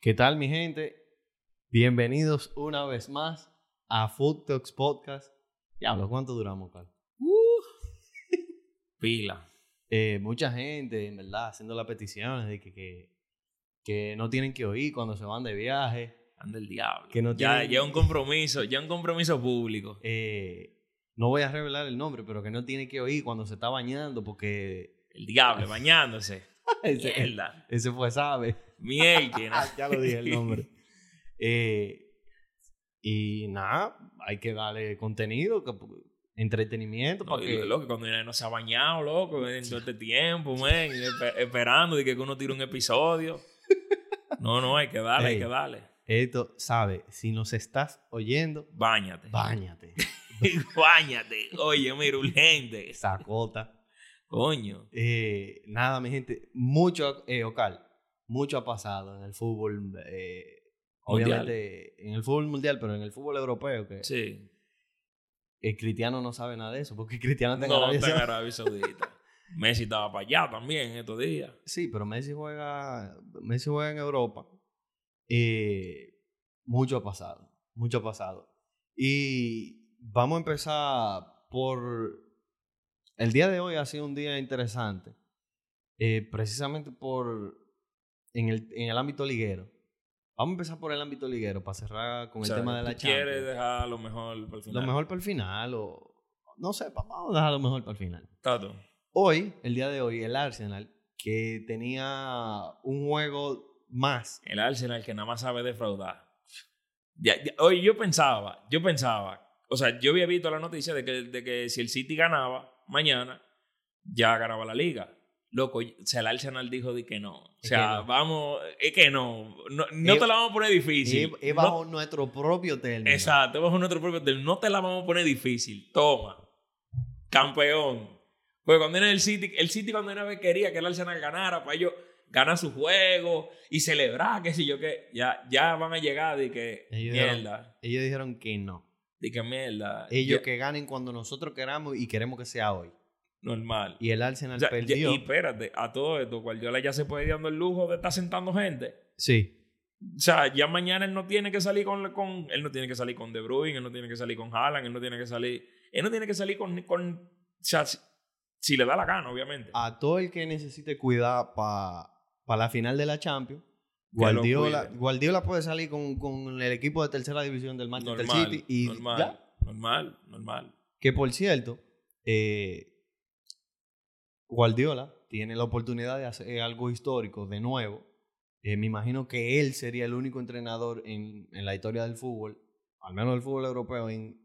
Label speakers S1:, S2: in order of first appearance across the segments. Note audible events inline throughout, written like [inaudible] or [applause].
S1: ¿Qué tal, mi gente? Bienvenidos una vez más a Food Talks Podcast. Diablo, ¿cuánto duramos, Carl?
S2: Uh. [laughs] Pila.
S1: Eh, mucha gente, en verdad, haciendo las peticiones de que, que, que no tienen que oír cuando se van de viaje.
S2: Anda el diablo.
S1: Que no
S2: ya,
S1: tiene-
S2: ya un compromiso, ya un compromiso público.
S1: Eh, no voy a revelar el nombre, pero que no tiene que oír cuando se está bañando porque
S2: El diablo, bañándose.
S1: [laughs] ese,
S2: Mierda.
S1: [laughs] ese fue, sabe. [laughs]
S2: Mierda.
S1: ya lo dije el nombre. [laughs] Eh, y nada, hay que darle contenido, que- entretenimiento.
S2: No,
S1: para
S2: y
S1: que...
S2: loco, cuando uno no se ha bañado, loco, en todo este tiempo, men, espe- esperando de que uno tire un episodio. No, no, hay que darle, hay
S1: Ey.
S2: que darle.
S1: Esto, sabe, si nos estás oyendo,
S2: Báñate.
S1: báñate,
S2: [laughs] Báñate. Oye, mira, urgente.
S1: sacota.
S2: Coño.
S1: Eh, nada, mi gente, mucho, eh, Ocal, mucho ha pasado en el fútbol, eh,
S2: Mundial.
S1: obviamente en el fútbol mundial, pero en el fútbol europeo, que
S2: Sí.
S1: el Cristiano no sabe nada de eso, porque Cristiano está en
S2: No,
S1: Arabia
S2: está en
S1: Saudita. [laughs]
S2: Arabia Saudita. Messi estaba para allá también estos días.
S1: Sí, pero Messi juega, Messi juega en Europa. Eh, mucho ha pasado, mucho ha pasado. Y vamos a empezar por... El día de hoy ha sido un día interesante, eh, precisamente por... En el, en el ámbito liguero. Vamos a empezar por el ámbito liguero para cerrar con
S2: O sea,
S1: el tema de la
S2: tú quieres
S1: Champions.
S2: dejar lo mejor para el final.
S1: Lo mejor para el final o... No sé, pa- vamos a dejar lo mejor para el final.
S2: Tato.
S1: Hoy, el día de hoy, el Arsenal, que tenía un juego más.
S2: El Arsenal que nada más sabe defraudar. Ya, ya- oye, yo pensaba, yo pensaba, o sea, yo había visto la noticia de que, de que si el City ganaba mañana, ya ganaba la liga. Loco, o sea, el Arsenal dijo de que no. O
S1: Es
S2: sea,
S1: que no.
S2: vamos, es que no. No, no
S1: Es-
S2: te la vamos a poner difícil.
S1: es, es
S2: No-
S1: bajo nuestro propio término.
S2: Exacto, bajo nuestro propio término. No te la vamos a poner difícil. Toma. Campeón. Porque cuando era el City, el City cuando era vez quería que el Arsenal ganara para ellos ganar su juego y celebrar, qué sé yo qué. Ya, ya van a llegar de que
S1: Ellos
S2: mierda.
S1: Ellos dijeron que no.
S2: De que mierda.
S1: Ellos
S2: Ya-
S1: que ganen cuando nosotros queramos y queremos que sea hoy.
S2: Normal.
S1: Y el Arsenal
S2: O sea, ya-
S1: perdió.
S2: y espérate, a todo esto, Guardiola ya se puede ir dando el lujo de estar sentando gente.
S1: Sí.
S2: O sea, ya mañana él no tiene que salir con, con. Él no tiene que salir con De Bruyne, él no tiene que salir con Haaland, él no tiene que salir. Él no tiene que salir con. con o sea, si, si le da la gana, obviamente.
S1: A todo el que necesite cuidar para la final de la Champions,
S2: Que lo
S1: Guardiola,
S2: cuide.
S1: Guardiola puede salir con, con el equipo de tercera división del Manchester
S2: normal,
S1: City y
S2: normal,
S1: ya.
S2: normal, normal.
S1: Que por cierto, eh, Guardiola tiene la oportunidad de hacer algo histórico de nuevo. Eh, me imagino que él sería el único entrenador en, en la historia del fútbol, al menos del fútbol europeo, en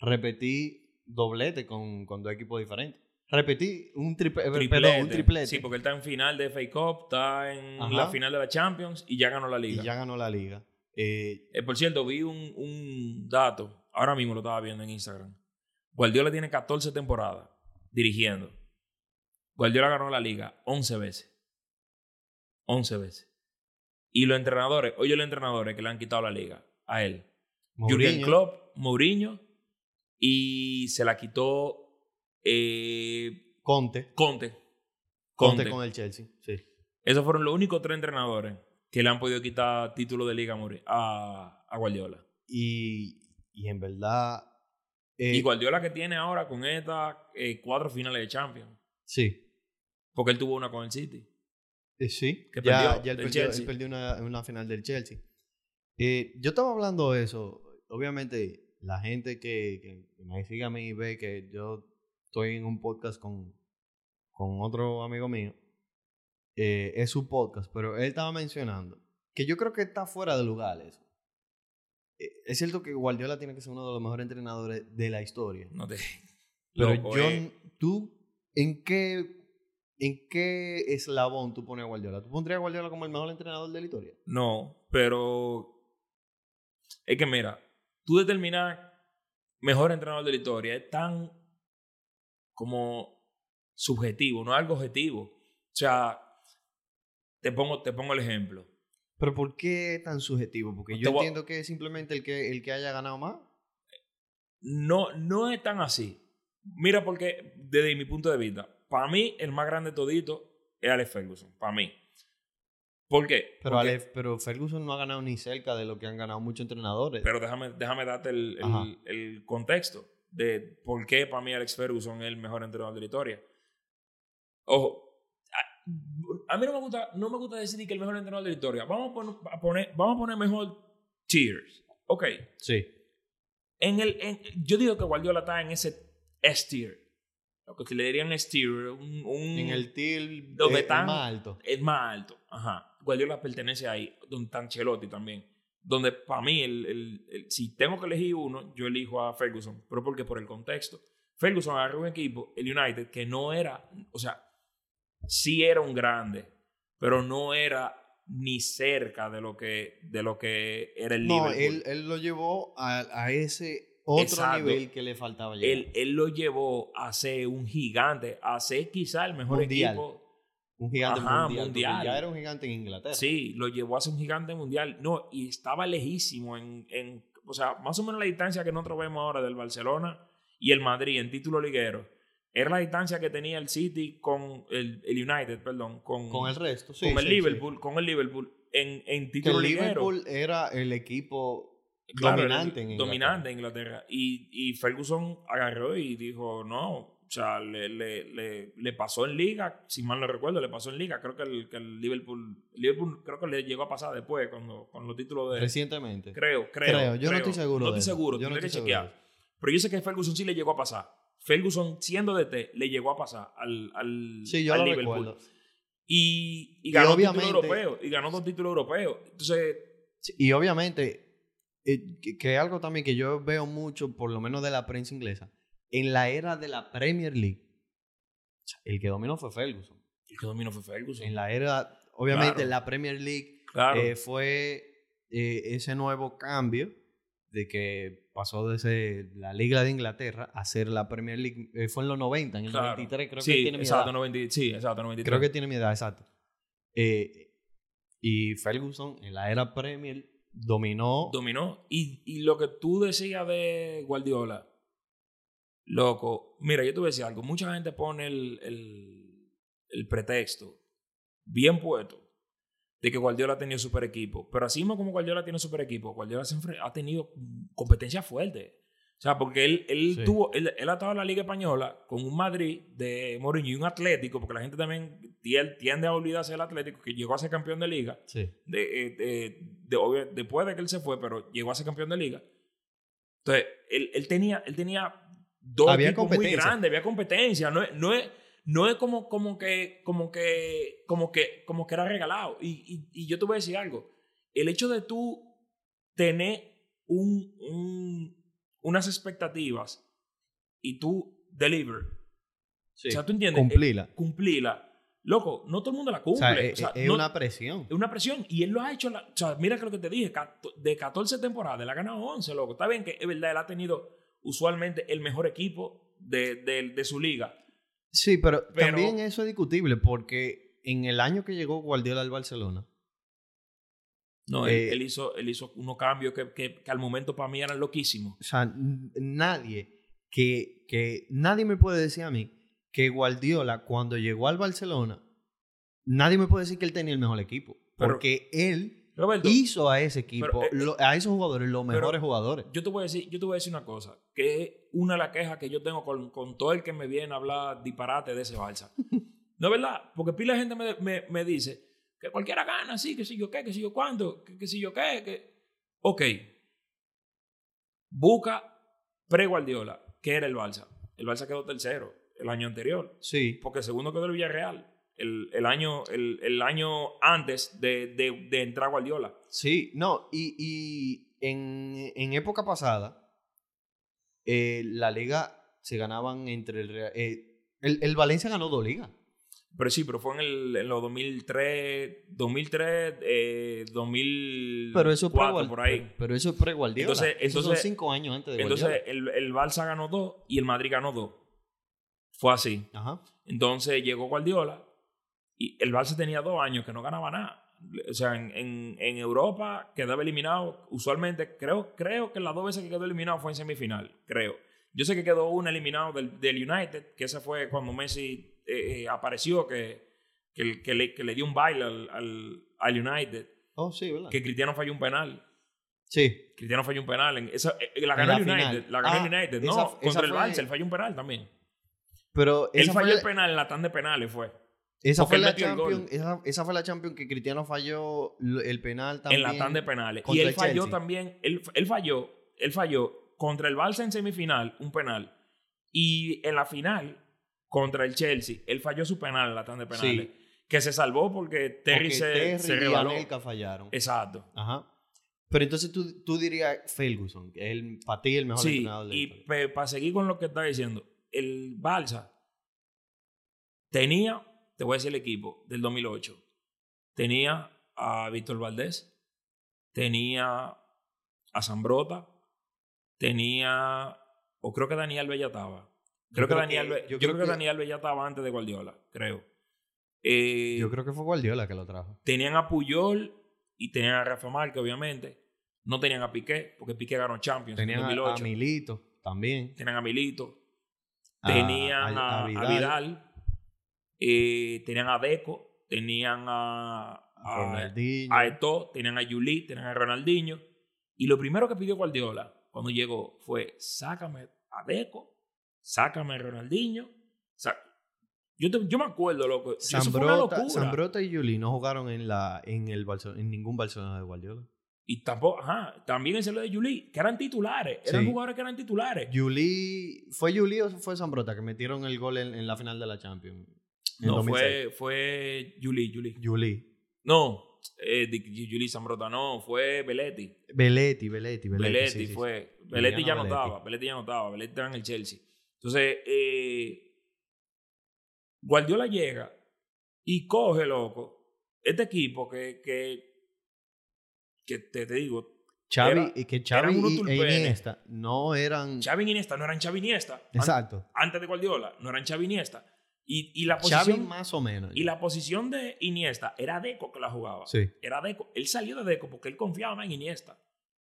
S1: repetir doblete con, con dos equipos diferentes. Repetir un, triple, eh, perdón, un triplete
S2: Sí, porque él está en final de FA Cup, está en
S1: Ajá.
S2: la final de la Champions y ya ganó la
S1: y
S2: liga.
S1: ya ganó la liga. Eh,
S2: Eh, por cierto, vi un, un dato. Ahora mismo lo estaba viendo en Instagram. Guardiola tiene 14 temporadas dirigiendo. Guardiola ganó la liga 11 veces. 11 veces. Y los entrenadores, oye los entrenadores que le han quitado la liga a él. Jürgen
S1: Mourinho,
S2: Klopp, Mourinho y se la quitó eh,
S1: Conte,
S2: Conte.
S1: Conte.
S2: Conte.
S1: con el Chelsea. Sí.
S2: Esos fueron los únicos tres entrenadores que le han podido quitar título de liga a Mouri- a, a Guardiola.
S1: Y, y en verdad... eh,
S2: Y Guardiola que tiene ahora con estas eh, cuatro finales de Champions.
S1: Sí.
S2: Porque él tuvo una con el City.
S1: Eh, sí, ya,
S2: Que perdió
S1: ya él,
S2: del
S1: perdió, él
S2: Chelsea.
S1: perdió una, una final del Chelsea. Eh, yo estaba hablando de eso. Obviamente, la gente que, que me sigue a mí y ve que yo estoy en un podcast con, con otro amigo mío, eh, es su podcast, pero él estaba mencionando que yo creo que está fuera de lugar eso. Eh, Es cierto que Guardiola tiene que ser uno de los mejores entrenadores de la historia.
S2: No te... [laughs]
S1: Pero
S2: Loco,
S1: yo,
S2: eh.
S1: tú, ¿en qué, ¿en qué eslabón tú pones a Guardiola? ¿Tú pondrías a Guardiola como el mejor entrenador de la historia?
S2: No, pero... Es que mira, tú determinar mejor entrenador de la historia es tan como subjetivo, no es algo objetivo. O sea, te pongo, te pongo el ejemplo.
S1: Pero ¿por qué tan subjetivo? Porque
S2: No
S1: yo
S2: te voy a-
S1: entiendo que es simplemente el que, el que haya ganado más.
S2: No, no es tan así. Mira, porque desde mi punto de vista, para mí el más grande todito es Alex Ferguson, para mí. ¿Por qué?
S1: Pero,
S2: Porque-
S1: Alex- pero Ferguson no ha ganado ni cerca de lo que han ganado muchos entrenadores.
S2: pero déjame, déjame darte el, el-
S1: Ajá.
S2: el contexto de por qué para mí Alex Ferguson es el mejor entrenador de la historia. Ojo, a, a mí no me gusta, no me gusta decidir que el mejor entrenador de la historia. Vamos a pon- a poner, vamos a poner mejor Cheers. Ok.
S1: sí.
S2: En el, en- yo digo que Guardiola está en ese S tier. Lo que le dirían S tier, un, un-
S1: En el tier
S2: Donde
S1: eh,
S2: están-
S1: más alto.
S2: es más alto. Ajá. Guardiola pertenece ahí, donde está Ancelotti también. Donde para mí, el, el- el- si tengo que elegir uno, yo elijo a Ferguson. Pero porque por el contexto. Ferguson agarró un equipo, el United, que no era, o sea, sí era un grande, pero no era ni cerca de lo que, de lo que era el
S1: No,
S2: Liverpool.
S1: él, él lo llevó a, a ese otro
S2: Exacto.
S1: nivel que le faltaba llegar.
S2: él, él lo llevó a ser un gigante, a ser quizá el mejor
S1: Mundial.
S2: equipo.
S1: un gigante
S2: Ajá,
S1: mundial. porque
S2: mundial.
S1: Ya era un gigante en Inglaterra.
S2: Sí, lo llevó a ser un gigante mundial. No, y estaba lejísimo en, en- o sea, más o menos la distancia que nosotros vemos ahora del Barcelona y el Madrid en título liguero. Era la distancia que tenía el City con el, el United, perdón, con,
S1: Con el resto, sí.
S2: con el
S1: sí,
S2: Liverpool, con el Liverpool en, en
S1: sí. Que
S2: título
S1: el
S2: liguero.
S1: Liverpool era el equipo
S2: Claro, era
S1: dominante en Inglaterra.
S2: dominante en Inglaterra. Y, y Ferguson agarró y dijo, no, o sea, le, le- le- le pasó en liga, si mal no recuerdo, le pasó en liga. Creo que el, que el Liverpool, Liverpool creo que le llegó a pasar después cuando, con los títulos de...
S1: recientemente.
S2: pues. Creo, creo.
S1: Creo, yo no estoy seguro
S2: No
S1: de
S2: estoy
S1: eso.
S2: seguro,
S1: Yo no
S2: tendré que
S1: estoy
S2: chequear.
S1: seguro.
S2: Pero yo sé que Ferguson sí le llegó a pasar. Ferguson, siendo DT, le llegó a pasar al, al,
S1: Sí, yo
S2: al
S1: lo
S2: Liverpool.
S1: recuerdo.
S2: Y, y
S1: Y
S2: ganó título
S1: obviamente-
S2: europeo. Y ganó dos títulos europeos. Entonces,
S1: Sí, Y obviamente, eh, que, que es algo también que yo veo mucho, por lo menos de la prensa inglesa, en la era de la Premier League, o sea, el que dominó fue Ferguson.
S2: el que dominó fue Ferguson.
S1: En la era, obviamente,
S2: Claro.
S1: la Premier League
S2: claro.
S1: eh, fue eh, ese nuevo cambio de que pasó de ser la Liga de Inglaterra a ser la Premier League. eh, fue en los 90, en el
S2: Claro.
S1: 93, creo
S2: sí,
S1: que tiene mi
S2: exacto,
S1: edad.
S2: 90, sí, exacto, 93.
S1: Creo que tiene mi edad, exacto. Eh, y Ferguson en la era Premier dominó.
S2: dominó. Y, y lo que tú decías de Guardiola, loco, mira, yo te voy a decir algo. Mucha gente pone el, el, el pretexto bien puesto de que Guardiola ha tenido super equipo. Pero así mismo como Guardiola tiene super equipo, Guardiola siempre ha tenido competencia fuerte. O sea, porque él, él
S1: Sí.
S2: tuvo, él, él ha estado en la Liga Española con un Madrid de Mourinho y un Atlético, porque la gente también tie- tiende a olvidarse del Atlético, que llegó a ser campeón de Liga
S1: Sí.
S2: de, eh, de- de- obvia- después de que él se fue, pero llegó a ser campeón de liga. Entonces, él, él tenía, él tenía dos
S1: Había
S2: equipos muy
S1: competencia.
S2: grandes, había competencia. No es, no es, no es como, como, que, como, que, como, que, como que era regalado. Y, y- y yo te voy a decir algo. El hecho de tú tener un, un- unas expectativas y tú deliver, o sea, tú entiendes,
S1: Cumplila.
S2: Eh, cumplila. Loco, no todo el mundo la
S1: O
S2: cumple.
S1: sea, es,
S2: O sea,
S1: es
S2: no-
S1: una presión.
S2: es una presión. Y él lo ha hecho. la- o sea, mira que lo que te dije, cato- de 14 temporadas, él ha ganado 11, loco. Está bien que es verdad, él ha tenido usualmente el mejor equipo de, de- de su liga.
S1: Sí, pero,
S2: Pero-
S1: también eso es discutible porque en el año que llegó Guardiola al Barcelona,
S2: No, él,
S1: Eh,
S2: él hizo, él hizo unos cambios que, que- que al momento para mí eran loquísimos.
S1: o sea, n- nadie que, que nadie me puede decir a mí que Guardiola cuando llegó al Barcelona, nadie me puede decir que él tenía el mejor equipo,
S2: Pero-
S1: porque él
S2: Roberto,
S1: hizo a ese equipo,
S2: pero, eh,
S1: lo- a esos jugadores los
S2: pero-
S1: mejores jugadores.
S2: yo te, voy a decir, yo te voy a decir una cosa, que es una de las quejas que yo tengo con, con todo el que me viene a hablar disparate de ese Barça. No es verdad, porque pila de gente me, me, me dice que cualquiera gana, sí, que si yo qué, que si yo cuánto, que, que si yo qué, que... Ok. Busca pre-Guardiola, que era el Barça. El Barça quedó tercero el año anterior,
S1: Sí,
S2: porque el segundo quedó el Villarreal, el, el año, el, el año antes de, de, de entrar Guardiola.
S1: sí, no, y, y en, en época pasada, eh, la liga se ganaban entre el, Real- eh, el, el Valencia ganó dos ligas.
S2: Pero sí, pero fue en, el, en los 2003, 2003, eh, 2004,
S1: Pero eso es pre-Guardiola.
S2: por ahí.
S1: Pero eso es pre-Guardiola.
S2: Entonces-
S1: Esos
S2: entonces-
S1: son cinco años antes de
S2: Entonces,
S1: Guardiola.
S2: el, el Barça ganó dos y el Madrid ganó dos. Fue así.
S1: Ajá.
S2: Entonces, llegó Guardiola y el Barça tenía dos años que no ganaba nada. O sea, en, en- en Europa quedaba eliminado. Usualmente, creo, creo que las dos veces que quedó eliminado fue en semifinal, creo. Yo sé que quedó una eliminado del, del United, que esa fue cuando Messi eh, eh, apareció, que, que, el- que le, que le dio un baile al, al- al United,
S1: Oh, sí, ¿verdad?
S2: que Cristiano falló un penal.
S1: Sí.
S2: Cristiano falló un penal. En esa, eh, la
S1: En
S2: ganó
S1: la
S2: el United.
S1: final.
S2: La ganó el
S1: Ah,
S2: United.
S1: esa-
S2: No,
S1: esa
S2: contra el
S1: fue-
S2: Barça. Él falló un penal también.
S1: Pero
S2: Él
S1: esa
S2: falló
S1: fue,
S2: el penal en la tanda de penales, fue.
S1: esa fue
S2: porque él
S1: la
S2: metió el gol.
S1: Champions, esa, esa fue la Champions que Cristiano falló l- el penal también.
S2: en la tanda de penales. Y
S1: contra
S2: él
S1: el
S2: falló
S1: Chelsea.
S2: también. Él, él falló. Él falló contra el Barça en semifinal, un penal. Y en la final, contra el Chelsea, él falló su penal en la tanda de penales. Que se salvó porque Terry
S1: Porque
S2: se,
S1: Terry
S2: se
S1: y
S2: rebaló.
S1: Anelka fallaron.
S2: Exacto.
S1: Ajá. Pero entonces tú, tú dirías Ferguson, que es el, para ti el mejor
S2: Sí,
S1: entrenador del
S2: y
S1: país.
S2: para seguir con lo que está diciendo, el Barça tenía, te voy a decir el equipo del 2008, tenía a Víctor Valdés, tenía a Zambrota, tenía, o creo que Daniel Bella estaba. Creo, que, Daniel, Be- yo, creo, que, Daniel Bella estaba antes de Guardiola, creo. Eh,
S1: Yo creo que fue Guardiola que lo trajo.
S2: Tenían a Puyol y tenían a Rafa Márquez, obviamente. No tenían a Piqué, porque Piqué ganó Champions
S1: Tenían
S2: en
S1: a, a
S2: 2008
S1: Milito también.
S2: tenían a Milito,
S1: a-
S2: tenían a,
S1: a-
S2: a Vidal, eh, tenían a Deco, tenían a, a,
S1: Ronaldinho.
S2: a Eto'o, tenían a Juli, tenían a Ronaldinho. Y lo primero que pidió Guardiola cuando llegó fue, sácame a Deco, sácame a Ronaldinho. sa- yo, te- yo me acuerdo, loco. Eso fue una
S1: Zambrota,
S2: locura.
S1: Zambrota y Juli no jugaron en, la, en, el Barcelona, en ningún Barcelona de Guardiola.
S2: Y tampoco, ajá, también el lo de Juli, que eran titulares. Eran
S1: Sí.
S2: jugadores que eran titulares.
S1: Juli, ¿Fue Juli o fue Zambrota que metieron el gol en, en la final de la Champions? En
S2: no,
S1: 2006.
S2: fue, fue Juli, Juli.
S1: Juli.
S2: No, eh, di- di- Juli Zambrota no, fue Beletti.
S1: Belletti, Belletti, Belletti.
S2: Beletti
S1: sí, sí, sí.
S2: fue. Beletti ya no
S1: Beletti.
S2: estaba. Beletti ya no estaba. Beletti estaba en el Chelsea. Entonces, eh, Guardiola llega y coge, loco, este equipo que, que, que te, te digo,
S1: Xavi,
S2: Era-
S1: y que
S2: eran
S1: Xavi
S2: unos
S1: y, e
S2: tulpenes.
S1: Iniesta no eran...
S2: Xavi y Iniesta no eran Xavi y Iniesta. An-
S1: Exacto.
S2: Antes de Guardiola, no eran Xavi y Iniesta. Y, y la
S1: Xavi
S2: posición,
S1: más o menos.
S2: y la posición de Iniesta era Deco que la jugaba.
S1: Sí.
S2: era Deco. Él salió de Deco porque él confiaba más en Iniesta.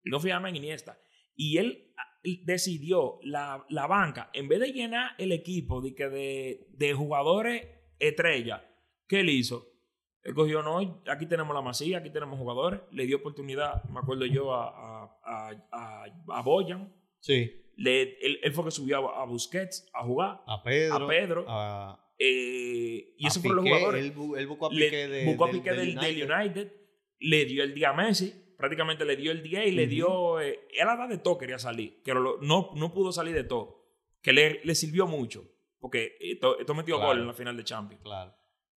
S2: Él confiaba más en Iniesta. Y él ah, y decidió la, la banca, en vez de llenar el equipo de, que de, de jugadores estrella, ¿qué él hizo? Él cogió, no, aquí tenemos la masía, aquí tenemos jugadores. Le dio oportunidad, me acuerdo yo, a, a, a, a, a Boyan.
S1: Sí.
S2: Le, él, él fue que subió a, a Busquets a jugar.
S1: A Pedro.
S2: A Pedro.
S1: a-
S2: Eh, y
S1: a
S2: eso fueron los
S1: Piqué,
S2: jugadores
S1: Él, bu- él buscó a
S2: le-
S1: Piqué, de,
S2: buscó a
S1: del-
S2: Piqué del, del United.
S1: United.
S2: le dio el día a Messi, prácticamente le dio el día y le
S1: Ujú.
S2: dio... eh, él a la de todo quería salir, pero lo- no, no pudo salir de todo, que le, le sirvió mucho, porque esto, esto metió
S1: Claro.
S2: gol en la final de Champions.
S1: Claro.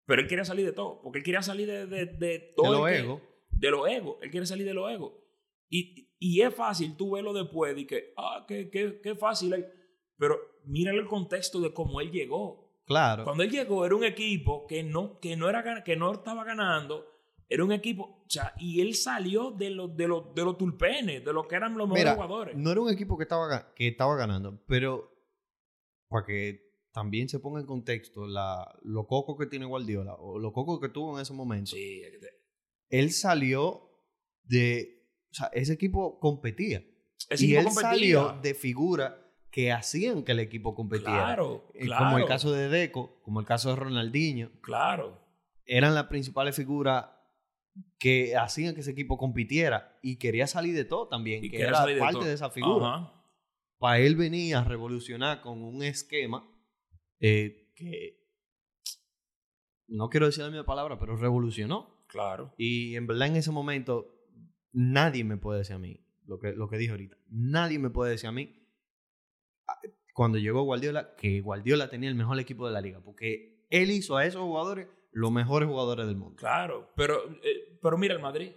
S2: Pero él quería salir de todo, porque él quería salir de, de, de
S1: De
S2: todo.
S1: lo
S2: el que-
S1: ego.
S2: de los egos. Él quiere salir de los egos. Y, y es fácil tú verlo después y que, ah, qué, qué, qué fácil. él. Pero mira el contexto de cómo él llegó.
S1: Claro.
S2: Cuando él llegó era un equipo que no, que no, era, gan- que no estaba ganando, era un equipo, o sea, y él salió de los, de los, de los tulpenes, de los que eran los mejores
S1: Mira,
S2: jugadores.
S1: No era un equipo que estaba, ga- que estaba ganando, pero para que también se ponga en contexto la, lo coco que tiene Guardiola o lo coco que tuvo en ese momento.
S2: Sí, es que te-
S1: Él salió de... O sea, ese equipo competía.
S2: ese
S1: y
S2: equipo
S1: él
S2: competía.
S1: salió de figuras que hacían que el equipo competiera.
S2: Claro,
S1: Eh,
S2: claro.
S1: Como el caso de Deco, como el caso de Ronaldinho.
S2: Claro.
S1: Eran las principales figuras que hacían que ese equipo compitiera y quería salir de todo también,
S2: Y
S1: que
S2: quería
S1: era
S2: salir de
S1: parte
S2: todo.
S1: de esa figura
S2: Ajá.
S1: para él venía a revolucionar con un esquema eh, que no quiero decir la misma palabra, pero revolucionó.
S2: Claro.
S1: Y en verdad en ese momento nadie me puede decir a mí lo que, lo que dije ahorita. Nadie me puede decir a mí ah, cuando llegó Guardiola que Guardiola tenía el mejor equipo de la liga, porque él hizo a esos jugadores los mejores jugadores del mundo.
S2: Claro. Pero, eh, pero mira el Madrid.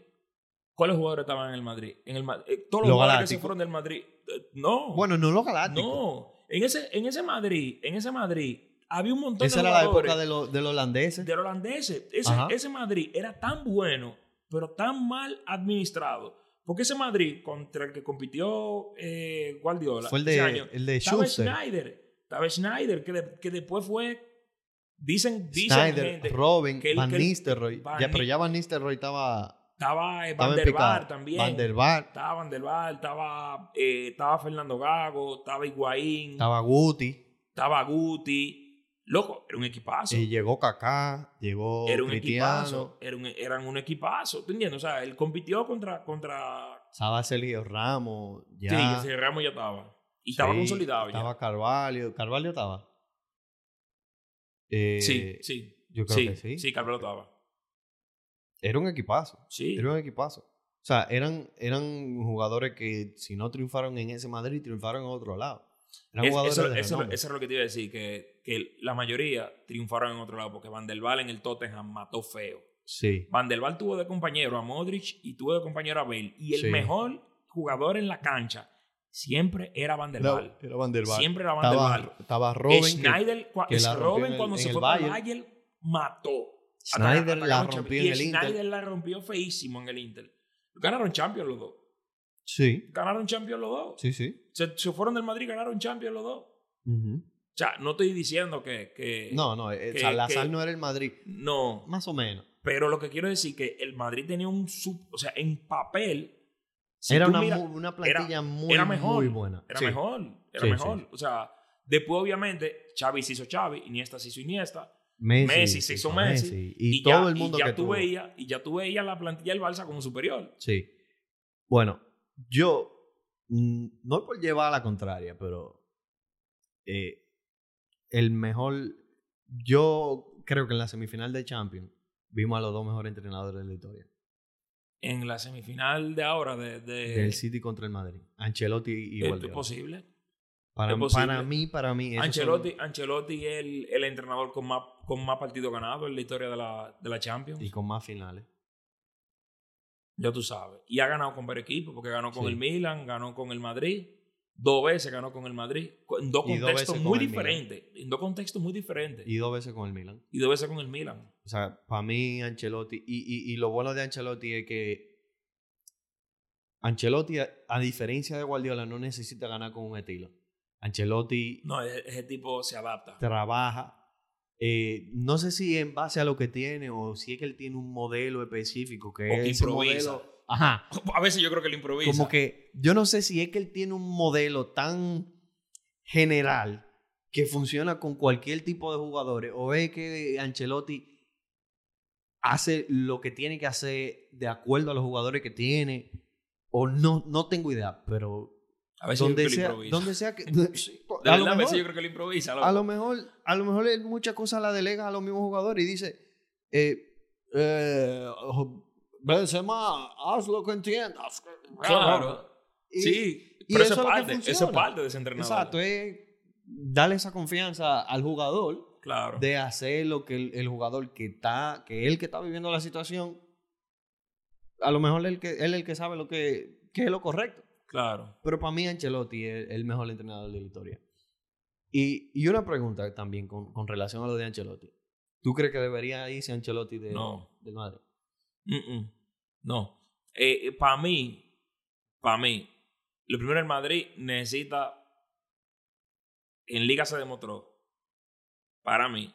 S2: ¿Cuáles jugadores estaban en el Madrid? En el, Ma- eh, todos los
S1: Los
S2: jugadores que se
S1: galácticos.
S2: fueron del Madrid. eh, no.
S1: Bueno, no los galácticos.
S2: no. En ese, en ese Madrid, en ese Madrid, había un montón
S1: Esa
S2: de
S1: era la
S2: jugadores.
S1: época de, los de los holandeses.
S2: de los holandeses. Ese,
S1: Ajá.
S2: ese Madrid era tan bueno, pero tan mal administrado. Porque ese Madrid contra el que compitió eh, Guardiola
S1: Fue el
S2: ese
S1: de,
S2: año,
S1: el de
S2: estaba
S1: Schuster.
S2: Schneider. Estaba Schneider, que, de- que después fue. Dicen, dicen
S1: Snyder,
S2: gente,
S1: Robin,
S2: que el-
S1: Van
S2: que el-
S1: Nistelrooy.
S2: Van
S1: ya,
S2: Ni-
S1: pero ya Van Nistelrooy estaba,
S2: estaba eh,
S1: estaba
S2: Van
S1: en
S2: der
S1: picada.
S2: Vaart también.
S1: Van der Vaart,
S2: Estaba Van der Vaart, estaba, eh, estaba Fernando Gago, estaba Higuaín,
S1: estaba Guti.
S2: estaba Guti. Loco, era un equipazo.
S1: Y llegó Kaká, llegó
S2: era un
S1: Cristiano.
S2: equipazo. Era un, e, eran un equipazo. ¿Tú entiendes? O sea, él compitió contra. contra
S1: Estaba Sergio Ramos, ya.
S2: Sí, ese Ramos ya estaba. Y estaba
S1: Sí,
S2: consolidado
S1: Estaba Carvalho. ¿Carvalho estaba? Eh,
S2: ya. Sí, sí.
S1: Yo creo
S2: Sí,
S1: que
S2: sí,
S1: sí.
S2: Carmelo estaba.
S1: Era un equipazo.
S2: Sí.
S1: Era un equipazo. O sea, eran, eran jugadores que si no triunfaron en ese Madrid, triunfaron en otro lado. Eran
S2: Es-
S1: jugadores
S2: eso,
S1: de
S2: eso-
S1: renombre.
S2: eso es lo que te iba a decir, que, que la mayoría triunfaron en otro lado, porque Van der Waal en el Tottenham mató feo.
S1: Sí,
S2: Van der Waal tuvo de compañero a Modric y tuvo de compañero a Bale. Y el
S1: Sí.
S2: mejor jugador en la cancha siempre era Van der Waal.
S1: Era- era Van der Waal.
S2: Siempre era Van der Waal.
S1: Estaba, estaba Robben. que-
S2: Schneider, cua-
S1: que la rompió
S2: Robben
S1: en el-
S2: cuando
S1: en
S2: se
S1: el
S2: fue para
S1: Bayern.
S2: Bayern, mató. Ata-
S1: Schneider la
S2: atacaron
S1: rompió
S2: Champions.
S1: en el
S2: Y Schneider
S1: Inter.
S2: la rompió feísimo en el Inter. Ganaron Champions los dos.
S1: Sí,
S2: Ganaron Champions los dos.
S1: sí, sí.
S2: Se, se fueron del Madrid y ganaron Champions los dos.
S1: Ujú.
S2: O sea, no estoy diciendo que... que-
S1: No, no, eh,
S2: que-
S1: Salazar
S2: que-
S1: no era el Madrid.
S2: No.
S1: Más o menos.
S2: Pero lo que quiero decir que el Madrid tenía un sub, o sea, en papel si
S1: era
S2: tú
S1: una,
S2: miras,
S1: mu- una plantilla muy,
S2: era mejor,
S1: muy buena.
S2: era
S1: Sí.
S2: mejor, era
S1: Sí,
S2: mejor,
S1: sí.
S2: o sea, después obviamente Xavi se hizo Xavi, Iniesta se hizo Iniesta
S1: Messi,
S2: Messi se hizo Messi,
S1: Y, todo
S2: ya,
S1: el mundo
S2: y ya
S1: que
S2: tú
S1: tuvo.
S2: veías y ya tú veías la plantilla del Barça como superior.
S1: Sí. Bueno, yo. mm, No es por llevar a la contraria, pero. eh, el mejor. Yo creo que en la semifinal de Champions vimos a los dos mejores entrenadores de la historia.
S2: En la semifinal de ahora de, de-
S1: del City contra el Madrid. Ancelotti y
S2: ¿esto es
S1: Guardiola.
S2: posible.
S1: Para,
S2: es posible.
S1: para mí, para mí. esos son-
S2: Ancelotti, Ancelotti es el, el entrenador con más con más partidos ganados en la historia de la, de la Champions.
S1: y con más finales.
S2: Ya tú sabes. Y ha ganado con varios equipos, porque ganó con
S1: Sí.
S2: el Milan, ganó con el Madrid. Dos veces ganó con el Madrid. co- En dos
S1: Y dos
S2: contextos
S1: veces
S2: muy
S1: con el Milan.
S2: diferentes. En dos contextos muy diferentes. Y,
S1: Y dos veces con el Milan.
S2: dos veces con el Milan.
S1: O sea, para mí, Ancelotti. Y, y- y lo bueno de Ancelotti es que. Ancelotti, a, a diferencia de Guardiola, no necesita ganar con un estilo. Ancelotti
S2: No, e- ese tipo se adapta.
S1: trabaja. eh, no sé si en base a lo que tiene o si es que él tiene un modelo específico que
S2: O que
S1: es ese
S2: improvisa.
S1: modelo. Ajá.
S2: A veces yo creo que lo improvisa.
S1: Como que yo no sé si es que él tiene un modelo tan general que funciona con cualquier tipo de jugadores o es que Ancelotti hace lo que tiene que hacer de acuerdo a los jugadores que tiene o no no tengo idea, pero
S2: a veces yo
S1: donde
S2: creo que
S1: sea,
S2: lo improvisa.
S1: donde sea que
S2: [laughs]
S1: [laughs] sí, pues,
S2: De
S1: a, lo
S2: verdad, a veces yo
S1: mejor,
S2: creo que lo improvisa. loco.
S1: a lo mejor a lo mejor él muchas cosas la delega a los mismos jugadores y dice eh, eh, Benzema, haz lo que entiendas.
S2: Claro.
S1: Y-
S2: sí.
S1: y
S2: pero
S1: eso es
S2: eso es
S1: lo que
S2: parte. Eso es
S1: funciona.
S2: parte de ese entrenador.
S1: Exacto, es darle esa confianza al jugador
S2: Claro.
S1: de hacer lo que el, el jugador que está, que él que está viviendo la situación, a lo mejor él, que, él es el que sabe lo que, que es lo correcto.
S2: Claro.
S1: Pero para mí Ancelotti es el mejor entrenador de la historia. Y, y una pregunta también con, con relación a lo de Ancelotti. ¿Tú crees que debería irse Ancelotti de,
S2: No.
S1: del Madrid?
S2: Mm-mm. No. para mí, para mí, lo primero el Madrid necesita, en Liga se demostró, para mí,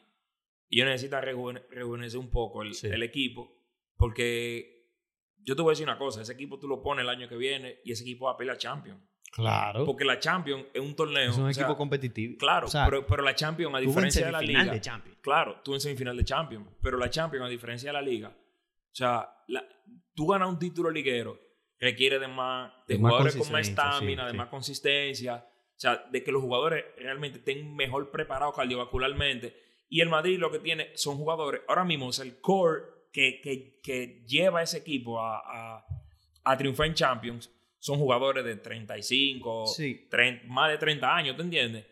S2: yo necesito rejuvene- rejuvenecer un poco el,
S1: Sí.
S2: el equipo, porque yo te voy a decir una cosa, ese equipo tú lo pones el año que viene y ese equipo va a pelear Champions,
S1: Claro.
S2: porque la Champions es un torneo.
S1: es un
S2: o
S1: equipo
S2: sea,
S1: competitivo.
S2: Claro,
S1: O sea,
S2: pero, pero la Champions, a
S1: tuvo en
S2: diferencia de la
S1: semifinal
S2: Liga,
S1: de Champions.
S2: Claro, tú en semifinal de Champions, pero la Champions, a diferencia de la Liga, o sea, la- tú ganas un título liguero, requiere de más, de,
S1: De más
S2: jugadores con más
S1: consistencia, sí,
S2: estamina, de
S1: sí.
S2: más consistencia, o sea, de que los jugadores realmente estén mejor preparados cardiovascularmente. Y el Madrid lo que tiene son jugadores, ahora mismo, o sea, el core que, que, que lleva ese equipo a, a, a triunfar en Champions son jugadores de 35,
S1: Sí.
S2: tren- más de 30 años, ¿te entiendes?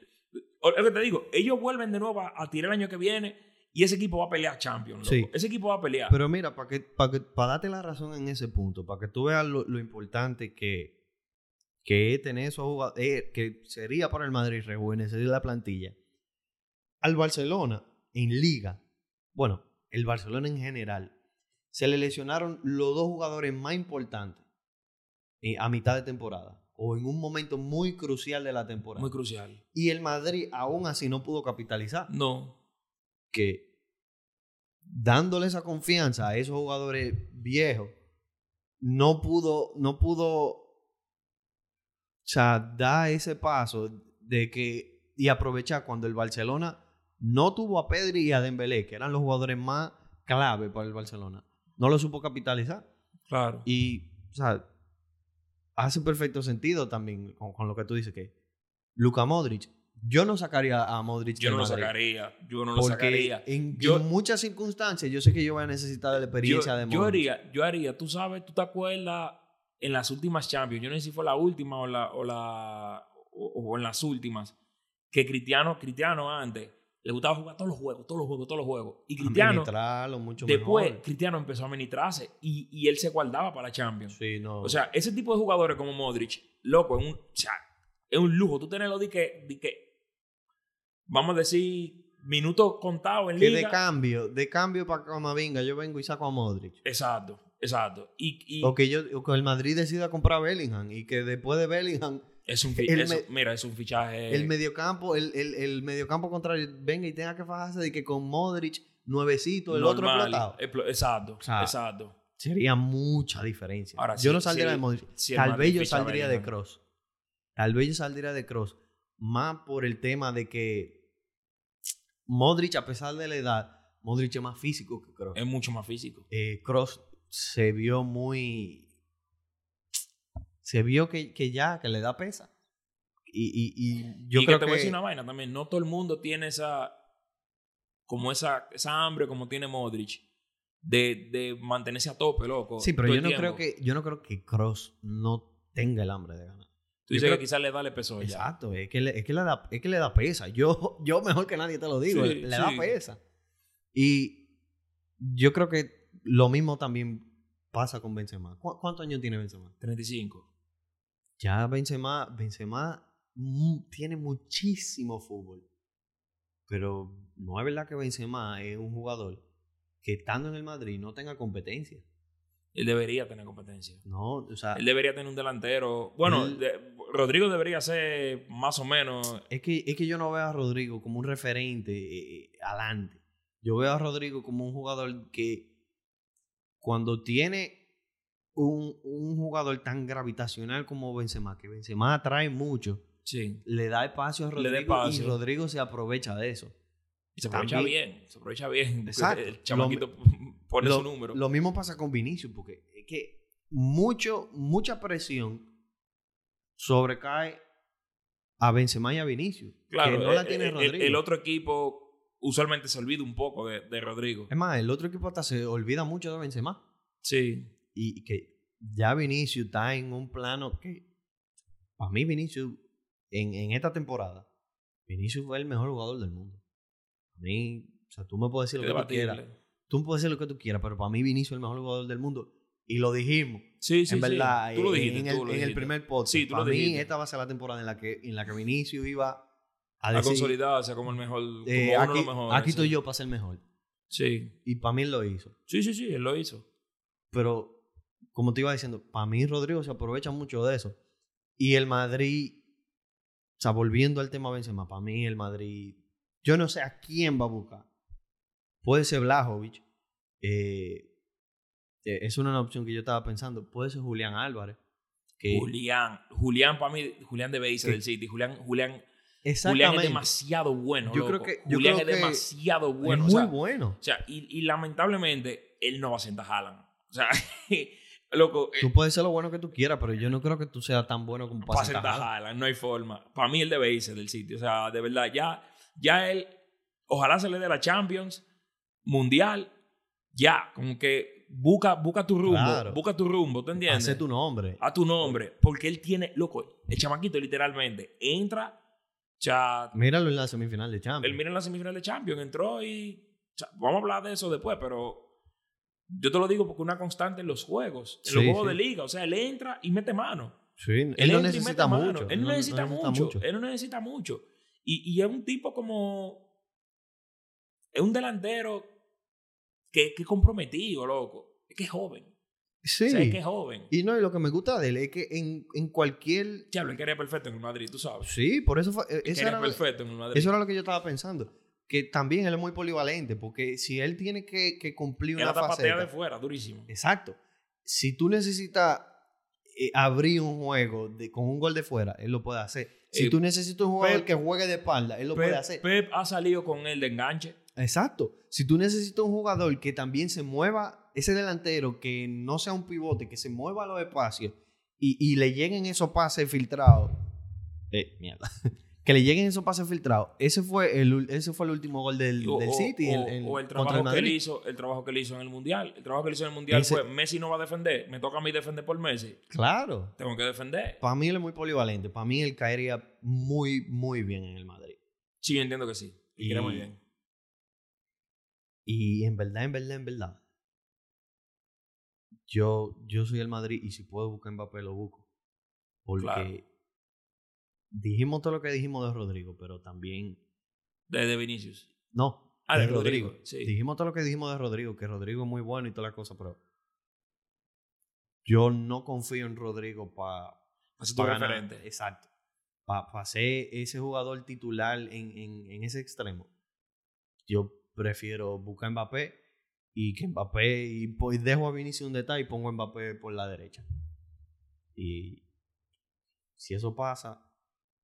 S2: O- Es lo que te digo, ellos vuelven de nuevo a, a tirar el año que viene y ese equipo va a pelear Champions. loco.
S1: Sí.
S2: Ese equipo va a pelear.
S1: Pero mira, para que, pa' que- pa' darte la razón en ese punto, para que tú veas lo, lo importante que, que es tener esos jugadores, eh, que sería para el Madrid rejuvenecer la plantilla. Al Barcelona, en liga, bueno, el Barcelona en general, se le lesionaron los dos jugadores más importantes eh, a mitad de temporada o en un momento muy crucial de la temporada.
S2: Muy crucial.
S1: y el Madrid aún así no pudo capitalizar
S2: No.
S1: que dándole esa confianza a esos jugadores viejos, no pudo, no pudo, o sea, dar ese paso de que y aprovechar cuando el Barcelona No tuvo a Pedri y a Dembélé, que eran los jugadores más clave para el Barcelona. No lo supo capitalizar.
S2: Claro.
S1: Y, o sea, hace perfecto sentido también con, con lo que tú dices que Luka Modric. Yo no sacaría a Modric
S2: yo
S1: del
S2: no lo
S1: Madrid,
S2: sacaría. Yo no lo
S1: Porque
S2: sacaría.
S1: en,
S2: Yo-
S1: en muchas circunstancias yo sé que yo voy a necesitar de la
S2: Yo,
S1: experiencia de
S2: yo
S1: Modric.
S2: haría, yo haría, tú sabes, tú te acuerdas en las últimas Champions, yo no sé si fue la última o la, o la o, o en las últimas, que Cristiano, Cristiano antes le gustaba jugar todos los juegos, todos los juegos, todos los juegos. Y Cristiano
S1: Administrarlo mucho
S2: después
S1: mejor.
S2: Cristiano empezó a administrarse y, y él se guardaba para la Champions.
S1: Sí, no.
S2: O sea, ese tipo de jugadores como Modric, loco, es un, o sea, es un lujo. Tú tenerlo de que, de que, vamos a decir, minutos contados en
S1: que
S2: liga.
S1: de cambio, de cambio para Camavinga, yo vengo y saco a Modric.
S2: Exacto, exacto. Y, y
S1: O que, yo, o que el Madrid decida comprar a Bellingham y que después de Bellingham
S2: es un, fi-
S1: el
S2: es un-
S1: me-
S2: mira, es un fichaje.
S1: el mediocampo, el, el, el mediocampo contrario venga y tenga que fajarse de que con Modric nuevecito, el otro
S2: normal.
S1: explotado.
S2: Explo- exacto,
S1: sea,
S2: exacto.
S1: Sería mucha diferencia.
S2: Ahora,
S1: yo
S2: sí,
S1: no saldría
S2: sí,
S1: de Modric.
S2: sí, el
S1: Tal
S2: Madrid
S1: vez yo
S2: ficha a
S1: saldría de
S2: Bellingham.
S1: Cross. Tal vez yo saldría de Cross. Más por el tema de que Modric, a pesar de la edad, Modric es más físico que Cross. Eh,
S2: Es mucho más físico.
S1: Cross se vio muy. Se vio que, que ya, que le da pesa. Y, y- y yo
S2: y
S1: creo
S2: que te
S1: que.
S2: voy a decir una vaina también. No todo el mundo tiene esa. Como esa, esa hambre como tiene Modric. De, de mantenerse a tope, loco.
S1: sí, pero
S2: todo
S1: yo
S2: el
S1: no,
S2: tiempo.
S1: creo que, yo no creo que Cross no tenga el hambre de ganar. yo
S2: Tú dices
S1: creo-
S2: que quizás le da le peso Oh, ya.
S1: Exacto, es que, le, es, que le da, es que le da pesa. [laughs] Yo, yo mejor que nadie te lo digo,
S2: Sí,
S1: le da
S2: sí.
S1: pesa. Y yo creo que lo mismo también pasa con Benzema. ¿Cu- ¿Cuántos años tiene Benzema?
S2: 35.
S1: Ya Benzema, Benzema mu- tiene muchísimo fútbol. Pero no es verdad que Benzema es un jugador que estando en el Madrid no tenga competencia.
S2: Él debería tener competencia.
S1: No, o sea,
S2: Él debería tener un delantero. Bueno,
S1: Él-
S2: de- Rodrigo debería ser más o menos.
S1: Es que, es que yo no veo a Rodrigo como un referente eh, eh, adelante. Yo veo a Rodrigo como un jugador que cuando tiene un, un jugador tan gravitacional como Benzema, que Benzema atrae mucho,
S2: Sí.
S1: le da espacio a
S2: Le da
S1: Rodrigo
S2: espacio.
S1: y Rodrigo se aprovecha de eso.
S2: Y se aprovecha
S1: También-
S2: bien. Se aprovecha bien. porque
S1: Exacto.
S2: El chamaquito [laughs] pone
S1: lo,
S2: su número.
S1: Lo mismo pasa con Vinicius, porque es que mucho, mucha presión sobrecae a Benzema y a Vinicius.
S2: claro.
S1: que no la
S2: eh,
S1: tiene
S2: eh, el,
S1: Rodrigo.
S2: el otro equipo usualmente se olvida un poco de, de Rodrigo.
S1: Es más, el otro equipo hasta se olvida mucho de Benzema.
S2: Sí.
S1: Y y que ya Vinicius está en un plano que, para mí, Vinicius, en, en esta temporada, Vinicius fue el mejor jugador del mundo. A mí, o sea, tú me puedes decir lo que tú
S2: Debatible.
S1: quieras. Tú me puedes decir lo que tú quieras, pero para mí, Vinicius es el mejor jugador del mundo. Y lo dijimos.
S2: Sí, sí.
S1: en
S2: sí.
S1: verdad,
S2: Tú lo
S1: en-
S2: dijiste.
S1: en,
S2: tú
S1: el,
S2: lo
S1: en el
S2: dijiste.
S1: primer podcast.
S2: Sí, tú lo
S1: para mí,
S2: dijiste.
S1: esta va a ser la temporada en la que, en la que Vinicius iba a
S2: A
S1: decir,
S2: consolidarse como el mejor. Como
S1: eh,
S2: uno de
S1: aquí,
S2: los mejores.
S1: aquí estoy
S2: sí.
S1: yo para ser mejor.
S2: Sí.
S1: Y para mí él lo hizo.
S2: Sí, sí, sí. Él lo hizo.
S1: Pero, como te iba diciendo, para mí Rodrigo se aprovecha mucho de eso. Y el Madrid, o sea, volviendo al tema Benzema, para mí el Madrid, yo no sé a quién va a buscar. Puede ser Blajovic, eh, eh, es una opción que yo estaba pensando. Puede ser Julián Álvarez. Que
S2: Julián. Julián, para mí, Julián debe irse
S1: Sí.
S2: del City. Julián, Julián, Julián
S1: exactamente,
S2: es demasiado bueno.
S1: Yo creo
S2: loco.
S1: que- yo
S2: Julián
S1: creo
S2: es
S1: que
S2: demasiado
S1: es
S2: bueno.
S1: muy
S2: o sea,
S1: bueno.
S2: O sea, y, y lamentablemente, él no va a sentar a Haaland. O sea, [laughs] loco, eh,
S1: Tú puedes ser lo bueno que tú quieras, pero yo no creo que tú seas tan bueno como
S2: para
S1: para
S2: sentar
S1: sentar.
S2: a Haaland, no hay forma. Para mí, él debe irse del sitio. O sea, de verdad, ya, ya él, ojalá se le dé la Champions, Mundial, ya, como que busca, busca tu rumbo,
S1: Claro.
S2: busca tu rumbo, ¿te entiendes?
S1: Hace tu nombre.
S2: a tu nombre, porque él tiene, loco, el chamaquito literalmente entra, o sea,
S1: Míralo en la semifinal de Champions.
S2: Él mira en la semifinal de Champions, entró y. o sea, vamos a hablar de eso después, pero. Yo te lo digo porque una constante en los juegos, en los
S1: Sí,
S2: juegos
S1: sí.
S2: de liga. O sea, él entra y mete mano.
S1: Sí, él,
S2: Él,
S1: no
S2: entra y mete
S1: necesita
S2: mano.
S1: mucho.
S2: Él no, necesita, mucho.
S1: mucho.
S2: Él no necesita mucho. Y, y es un tipo como. Es un delantero que, que es comprometido, loco. Es que es joven.
S1: Sí.
S2: O sea, es que es joven.
S1: Y no, y lo que me gusta de él es que en, en cualquier.
S2: Diablo, él quería perfecto en el Madrid, tú sabes.
S1: Sí, por eso fue. eh, Eso
S2: quería
S1: era,
S2: perfecto en el Madrid.
S1: eso era lo que yo estaba pensando. Que también él es muy polivalente, porque si él tiene que, que cumplir
S2: Él
S1: una
S2: hasta patea
S1: faceta.
S2: de fuera, durísimo.
S1: Exacto. Si tú necesitas eh, abrir un juego de, con un gol de fuera, él lo puede hacer. Si
S2: Eh,
S1: tú necesitas un jugador
S2: Pep-
S1: que juegue de espalda, él lo puede hacer.
S2: Pep, Pep ha salido con él de enganche.
S1: Exacto. Si tú necesitas un jugador que también se mueva, ese delantero que no sea un pivote, que se mueva a los espacios y, y le lleguen esos pases filtrados. Eh, mierda. [laughs] Que le lleguen esos pases filtrados. Ese fue el, ul- ese fue el último gol del,
S2: O-
S1: del
S2: o-
S1: City.
S2: o,
S1: el- el-
S2: o
S1: contra
S2: el trabajo que él
S1: Madrid.
S2: hizo, el trabajo que él hizo en el mundial. El trabajo que él hizo en el mundial
S1: Ese-
S2: fue Messi no va a defender, me toca a mí defender por Messi,
S1: Claro.
S2: tengo que defender.
S1: Para mí él es muy polivalente. Para mí él caería muy, muy bien en el Madrid.
S2: Sí, yo entiendo que sí. Y quiere muy
S1: Y-
S2: bien.
S1: Y en verdad, en verdad, en verdad. Yo, yo soy el Madrid y si puedo buscar Mbappé, lo busco. Porque
S2: Claro.
S1: dijimos todo lo que dijimos de Rodrigo, pero también.
S2: Desde Vinicius.
S1: No.
S2: Ah, de Rodrigo, sí.
S1: Dijimos todo lo que dijimos de Rodrigo, que Rodrigo es muy bueno y toda la cosa, pero. Yo no confío en Rodrigo para
S2: Así tu
S1: para ganar.
S2: referente.
S1: Exacto. Para ser ese jugador titular en, en- en ese extremo, yo prefiero buscar a Mbappé y que Mbappé. Y pues dejo a Vinicius un detalle y pongo a Mbappé por la derecha. Y si eso pasa,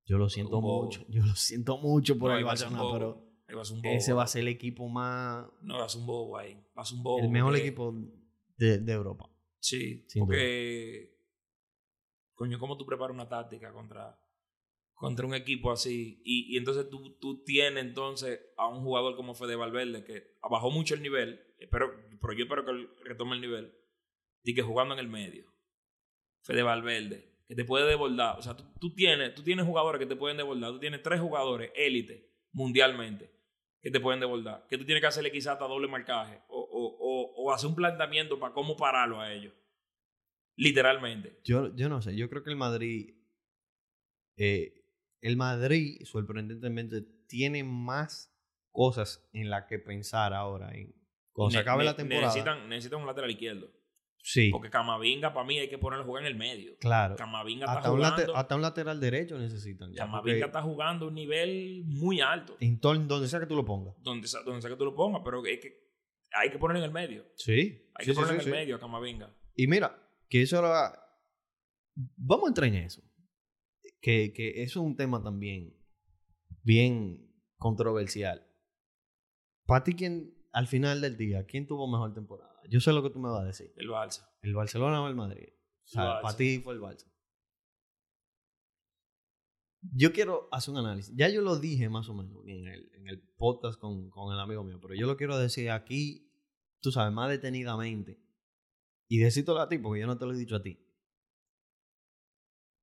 S1: yo lo siento
S2: Un bobo.
S1: mucho. Yo lo siento mucho por
S2: No,
S1: el
S2: ahí vas un
S1: Barcelona,
S2: bobo.
S1: pero
S2: Ahí vas un bobo.
S1: ese va a ser el equipo más.
S2: No, vas un bobo ahí. Vas un bobo.
S1: el mejor
S2: porque-
S1: equipo de, de Europa.
S2: Sí,
S1: Sin
S2: porque. Coño, ¿cómo tú preparas una táctica contra, contra un equipo así? Y, y entonces tú, tú tienes entonces a un jugador como Fede Valverde que bajó mucho el nivel, espero, pero yo espero que él retome el nivel, y que jugando en el medio. Fede Valverde, que te puede desbordar. O sea, tú, tú tienes, tú tienes jugadores que te pueden desbordar. Tú tienes tres jugadores élite mundialmente que te pueden desbordar. Que tú tienes que hacerle quizás hasta doble marcaje o, o- o- o hacer un planteamiento para cómo pararlo a ellos. Literalmente.
S1: Yo, yo no sé, yo creo que el Madrid, eh, el Madrid sorprendentemente tiene más cosas en las que pensar ahora. En, cuando se
S2: Ne-
S1: acabe
S2: ne-
S1: la temporada.
S2: Necesitan, necesitan un lateral izquierdo.
S1: sí,
S2: Porque Camavinga, para mí, hay que ponerlo a jugar en el medio.
S1: claro.
S2: Camavinga está
S1: Hasta un, late-
S2: jugando.
S1: hasta un lateral derecho necesitan. ya,
S2: Camavinga
S1: porque
S2: está jugando a un nivel muy alto.
S1: en todo- donde sea que tú lo pongas.
S2: Donde, sea- donde sea que tú lo pongas, pero es que hay que ponerlo en el medio.
S1: Sí.
S2: Hay
S1: sí,
S2: que
S1: sí,
S2: ponerlo
S1: sí,
S2: en
S1: sí.
S2: el medio a Camavinga.
S1: Y mira, que eso era. Vamos a entrar en eso. Que, que eso es un tema también bien controversial. Para ti, ¿quién, al final del día, quién tuvo mejor temporada? Yo sé lo que tú me vas a decir.
S2: El Balsa.
S1: ¿El Barcelona o el Madrid? O
S2: El
S1: sea,
S2: Barça.
S1: para ti fue el Barça. Yo quiero hacer un análisis. Ya yo lo dije más o menos en el, en el podcast con, con el amigo mío, pero yo lo quiero decir aquí, tú sabes, más detenidamente. Y decírtelo a ti, porque yo no te lo he dicho a ti.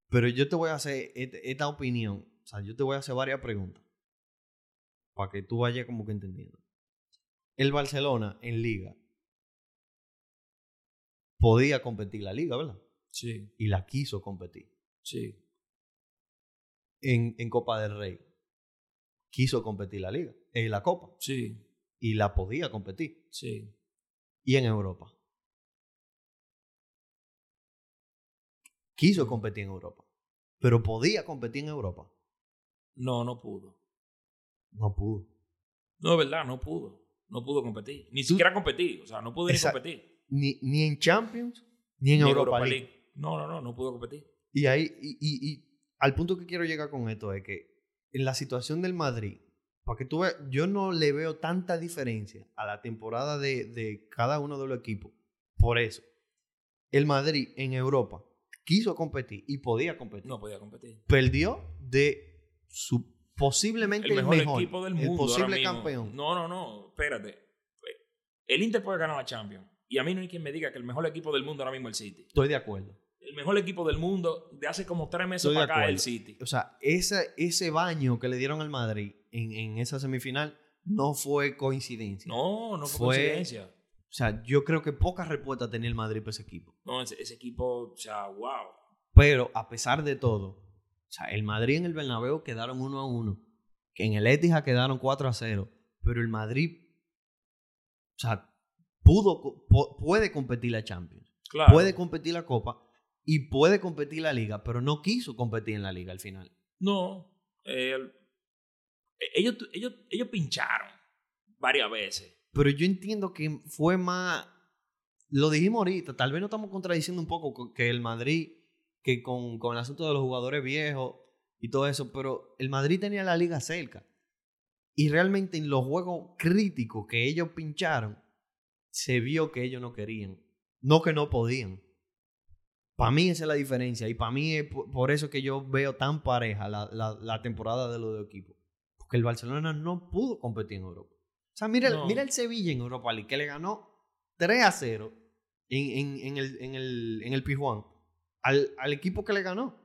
S1: Pero yo te voy a hacer este- esta opinión. O sea, yo te voy a hacer varias preguntas. Para que tú vayas como que entendiendo. El Barcelona en liga podía competir la liga, ¿verdad?
S2: Sí,
S1: Y la quiso competir.
S2: sí.
S1: en, en Copa del Rey quiso competir la liga, en la Copa,
S2: Sí,
S1: y la podía competir.
S2: sí.
S1: Y en Europa. Quiso competir en Europa, pero podía competir en Europa.
S2: No, no pudo.
S1: No pudo.
S2: No, es verdad, no pudo. No pudo competir. Ni siquiera competir. O sea, no pudo ni
S1: Exacto.
S2: competir.
S1: Ni, ni en Champions, ni en
S2: Ni
S1: Europa, League.
S2: No, no, no, no pudo competir.
S1: Y ahí, y, y- y al punto que quiero llegar con esto es que en la situación del Madrid, para que tú veas, yo no le veo tanta diferencia a la temporada de, de cada uno de los equipos. Por eso, el Madrid en Europa quiso competir y podía competir.
S2: No podía competir.
S1: Perdió de su posiblemente
S2: El
S1: el
S2: mejor,
S1: mejor,
S2: equipo del mundo.
S1: el
S2: ahora
S1: posible
S2: mismo.
S1: campeón.
S2: No, no, no. Espérate. El Inter puede ganar la Champions. Y a mí no hay quien me diga que el mejor equipo del mundo ahora mismo es el City.
S1: Estoy de acuerdo.
S2: El mejor equipo del mundo de hace como tres meses
S1: Estoy de
S2: para acá es el
S1: acuerdo.
S2: City.
S1: O sea, ese, ese baño que le dieron al Madrid en, en esa semifinal no fue coincidencia.
S2: No, no fue,
S1: Fue-
S2: coincidencia.
S1: O sea, yo creo que pocas respuestas tenía el Madrid para ese equipo.
S2: No, ese, ese equipo, o sea, wow.
S1: Pero a pesar de todo, o sea, el Madrid en el Bernabéu quedaron 1 a 1. En el Etihad quedaron 4 a 0. Pero el Madrid, o sea, pudo, co- po- puede competir la Champions,
S2: Claro.
S1: puede competir la Copa y puede competir la Liga, pero no quiso competir en la Liga al final.
S2: No. eh, el- eh, ellos, tu- ellos, ellos pincharon varias veces.
S1: Pero yo entiendo que fue más. Lo dijimos ahorita, tal vez nos estamos contradiciendo un poco co- que el Madrid que con, con el asunto de los jugadores viejos y todo eso, pero el Madrid tenía la liga cerca. Y realmente en los juegos críticos que ellos pincharon, se vio que ellos no querían, no que no podían. Para mí esa es la diferencia y para mí es por, por eso que yo veo tan pareja la, la, la temporada de los dos equipos. Porque el Barcelona no pudo competir en Europa. O sea, mira, el-
S2: No.
S1: mira el Sevilla en Europa League, que le ganó 3 a 0 en, en- en el, en, el, en el Pijuán al, al equipo que le ganó,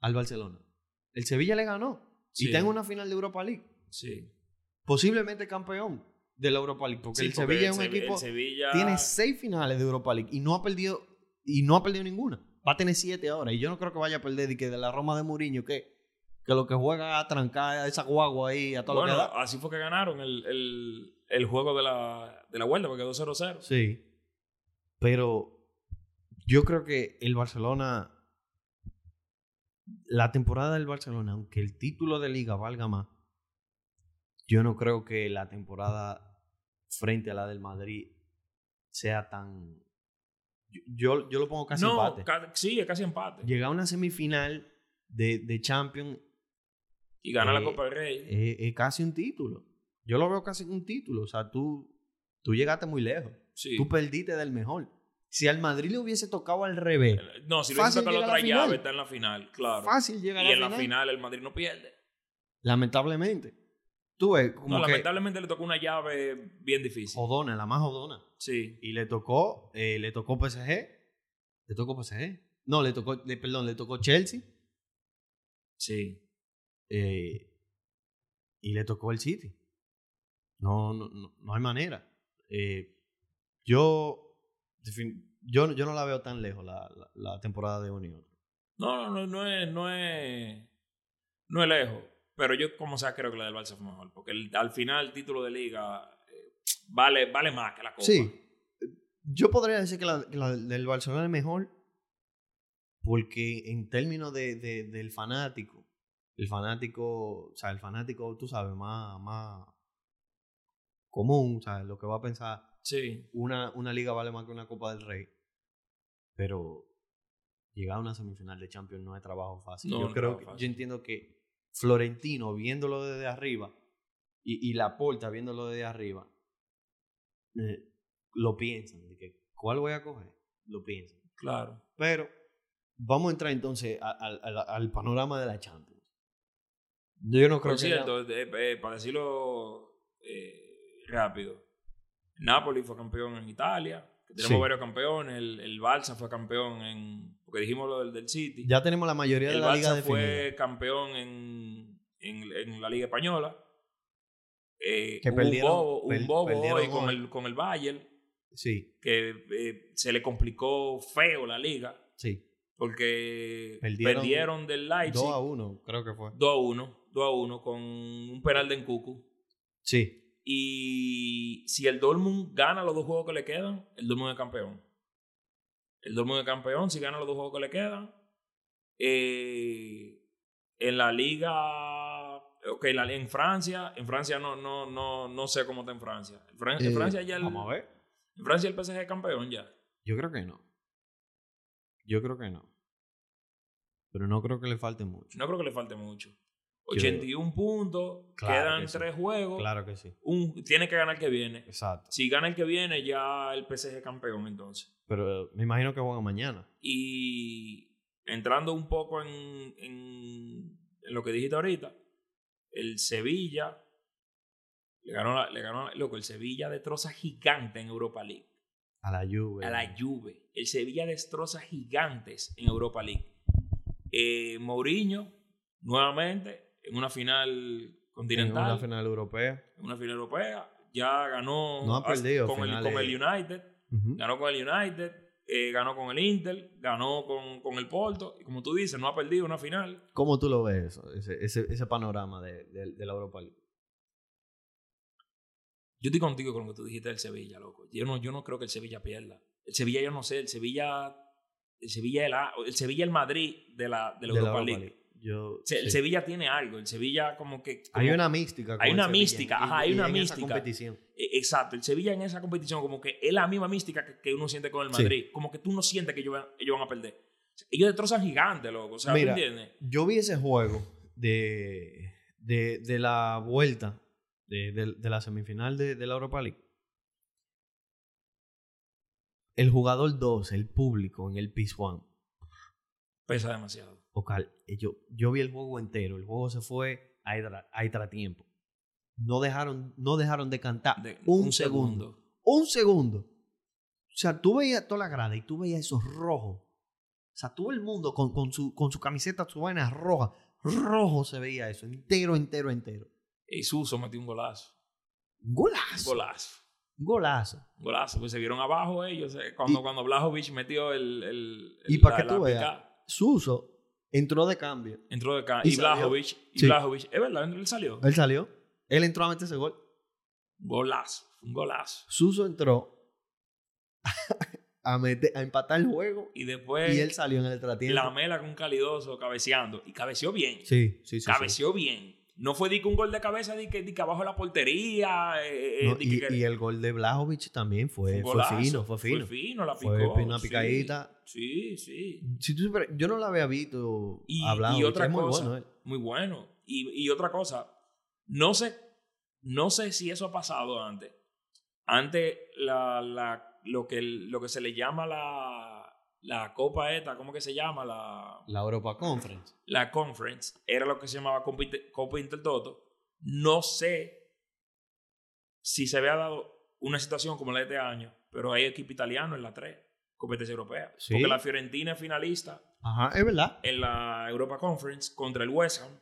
S1: al Barcelona. El Sevilla le ganó
S2: Sí.
S1: y está en una final de Europa League.
S2: Sí.
S1: Posiblemente campeón de la Europa League, porque
S2: Sí,
S1: el
S2: porque
S1: Sevilla es un
S2: Se-
S1: equipo...
S2: el Sevilla-
S1: Tiene seis finales de Europa League y no ha perdido y no ha perdido ninguna. Va a tener siete ahora y yo no creo que vaya a perder y que de la Roma de Mourinho que que lo que juega a trancar a esa guagua ahí a todo
S2: Bueno,
S1: lo que da.
S2: así fue que ganaron el, el, el juego de la, de la vuelta, porque quedó 0-0.
S1: Sí. Pero yo creo que el Barcelona la temporada del Barcelona, aunque el título de liga valga más, yo no creo que la temporada frente a la del Madrid sea tan yo, yo, yo lo pongo casi
S2: no,
S1: empate.
S2: ca- sí, es casi empate.
S1: llegar a una semifinal de, de Champions
S2: Y gana la
S1: Eh,
S2: Copa del Rey.
S1: es, es casi un título. Yo lo veo casi un título. O sea, tú, tú llegaste muy lejos.
S2: sí.
S1: Tú perdiste del mejor. Si al Madrid le hubiese tocado al revés,
S2: Eh, No, si lo
S1: Fácil
S2: hizo con
S1: llegar a
S2: la otra
S1: la final.
S2: llave, está en la final, claro.
S1: fácil llegar
S2: y
S1: a
S2: en
S1: la
S2: la
S1: final.
S2: final el Madrid no pierde.
S1: Lamentablemente. Tú ves como
S2: No,
S1: que Oh.
S2: lamentablemente le tocó una llave bien difícil.
S1: Jodona, la más jodona.
S2: Sí.
S1: Y le tocó, eh, le tocó PSG. Le tocó PSG. No, le tocó, le- perdón, le tocó Chelsea.
S2: Sí.
S1: Eh, y le tocó el City. No, no, no, no hay manera. Eh, yo, defin- yo, yo no la veo tan lejos la, la- la temporada de Unión.
S2: No, no, no, no es, no es, no es lejos. Pero yo, como sea, creo que la del Barça fue mejor. Porque el- al final el título de liga eh, vale, vale más que la Copa.
S1: Sí. Yo podría decir que la, que la del Barcelona es mejor porque en términos de, de- del fanático, el fanático, o sea, el fanático, tú sabes, más, más común, o sea, lo que va a pensar
S2: Sí.
S1: una, una liga vale más que una Copa del Rey. Pero llegar a una semifinal de Champions no es trabajo fácil.
S2: No,
S1: yo
S2: no es
S1: creo
S2: trabajo
S1: que-
S2: fácil.
S1: yo entiendo que Florentino viéndolo desde arriba y, y la Porta viéndolo desde arriba eh, lo piensan de que ¿cuál voy a coger? Lo piensan.
S2: Claro.
S1: Pero vamos a entrar entonces a- al- al- al panorama de la Champions. Yo no creo
S2: Por
S1: que haya-
S2: cierto, eh, eh, para decirlo eh, rápido, Napoli fue campeón en Italia. que Tenemos
S1: Sí.
S2: varios campeones. El, el Barça fue campeón en. Porque dijimos lo del, del City.
S1: ya tenemos la mayoría de
S2: el
S1: la liga
S2: Barça
S1: definida.
S2: fue campeón en, en, en la Liga Española. Eh,
S1: Que
S2: hubo
S1: perdieron-
S2: un bobo,
S1: per-
S2: un bobo
S1: perdieron
S2: hoy con
S1: hoy.
S2: el, con el Bayern,
S1: Sí,
S2: que eh, se le complicó feo la liga,
S1: sí.
S2: porque
S1: Perdieron
S2: perdieron, del Leipzig
S1: 2 a 1, creo que fue.
S2: 2 a 1, 2 a 1 con un penal de Nkuku.
S1: Sí.
S2: Y si el Dortmund gana los dos juegos que le quedan, el Dortmund es campeón. El Dortmund es campeón si gana los dos juegos que le quedan. Eh, en la liga... Ok, la, en Francia, en Francia no, no, no, no sé cómo está en Francia. En, Fran- en
S1: Eh,
S2: Francia ya el,
S1: Vamos a ver.
S2: en Francia el PSG es campeón ya.
S1: Yo creo que no. Yo creo que no. Pero no creo que le falte mucho.
S2: No creo que le falte mucho.
S1: Yo-
S2: 81 puntos,
S1: Claro
S2: quedan
S1: que sí.
S2: tres juegos.
S1: Claro que sí.
S2: Un, tiene que ganar el que viene.
S1: Exacto.
S2: Si gana el que viene, ya el PSG es campeón entonces.
S1: Pero eh, me imagino que juegan mañana.
S2: Y entrando un poco en, en- en lo que dijiste ahorita, el Sevilla le ganó, la- le ganó la- loco, el Sevilla destroza gigante en Europa League.
S1: A la Juve.
S2: A la Juve. El Sevilla destroza gigantes en Europa League. Eh, Mourinho, nuevamente, en una final
S1: En
S2: continental,
S1: una final europea.
S2: europea, ya ganó
S1: No han
S2: hace-
S1: perdido
S2: con, el,
S1: finales.
S2: con el United.
S1: Ujú.
S2: Ganó con el United, eh, ganó con el Inter, ganó con, con el Porto. Y como tú dices, no ha perdido una final.
S1: ¿Cómo tú lo ves eso? Ese, ese, ese panorama de, de- de la Europa League.
S2: Yo estoy contigo con lo que tú dijiste del Sevilla, loco. Yo no, yo no creo que el Sevilla pierda. El Sevilla, yo no sé, el Sevilla. El Sevilla es el, A- el, Sevilla es el Madrid de la, de la
S1: De
S2: Europa League.
S1: League. Yo,
S2: Se- El
S1: sí.
S2: Sevilla tiene algo. El Sevilla, como que. como-
S1: Hay una mística. con
S2: Hay
S1: el
S2: una
S1: Sevilla
S2: mística,
S1: y-
S2: ajá, hay
S1: y
S2: una
S1: en esa
S2: mística.
S1: competición.
S2: eh, Exacto, el Sevilla en esa competición, como que es la misma mística que, que uno siente con el
S1: Sí.
S2: Madrid. Como que tú no sientes que ellos van, ellos van a perder. Ellos destrozan gigantes, loco. O sea, ¿tú
S1: Mira.
S2: entiendes?
S1: Yo vi ese juego de, de, de la vuelta de, de- de la semifinal de, de la Europa League. El jugador 2, el público en el Piece One.
S2: Pesa demasiado.
S1: Ocal, eh, yo, yo vi el juego entero. El juego se fue a extra, a extra tiempo. No dejaron, no dejaron de cantar
S2: De-
S1: un, segundo. Un segundo. O sea, tú veías toda la grada y tú veías esos rojos. O sea, todo el mundo con, con su, con su camiseta, su vaina roja. Rojo se veía eso. Entero, entero, entero.
S2: Y Suso metió un golazo.
S1: Un
S2: Un
S1: Golazo.
S2: golazo.
S1: un Golazo.
S2: Un golazo. Pues se vieron abajo ellos. eh, Cuando,
S1: Y-
S2: cuando Blajovic metió el. el-
S1: Y
S2: el-
S1: para
S2: la-
S1: que
S2: la
S1: tú veas.
S2: picada,
S1: Suso entró de cambio.
S2: Entró de acá.
S1: Y
S2: Y,
S1: salió.
S2: Blajovic. Y
S1: Sí.
S2: Blajovic. Es verdad, él salió.
S1: Él salió. Él entró a meter ese gol.
S2: Golazo. Un golazo.
S1: Suso entró [laughs] a, meter- a empatar el juego
S2: Y después.
S1: y él salió en el tratiempo.
S2: La mela con calidoso cabeceando. Y cabeceó bien.
S1: Sí, sí, sí, sí.
S2: cabeceó bien. No fue di que un gol de cabeza, di que, di que abajo de la portería. eh, eh,
S1: No,
S2: di
S1: y,
S2: que- que-
S1: y el gol de Blajovic también fue,
S2: un
S1: fue
S2: golazo.
S1: fino, fue fino.
S2: Fue fino, la picó.
S1: Fue una
S2: sí.
S1: picadita.
S2: Sí, sí.
S1: Si tú supieras, yo no la había visto
S2: Y-
S1: a Blajovic,
S2: y otra
S1: es muy
S2: cosa.
S1: bueno eh. él.
S2: Muy bueno. Y, y otra cosa, no sé, no sé si eso ha pasado antes. Antes, la, la- lo, que, lo que se le llama la, la copa esta, ¿cómo que se llama? La,
S1: La Europa Conference.
S2: la conference, era lo que se llamaba Copa Inter- Copa Intertoto. No sé si se había dado una situación como la de este año, pero hay equipo italiano en la 3, competencia europea.
S1: Sí.
S2: Porque la Fiorentina es finalista
S1: Ajá, es verdad.
S2: en la Europa Conference contra el West Ham.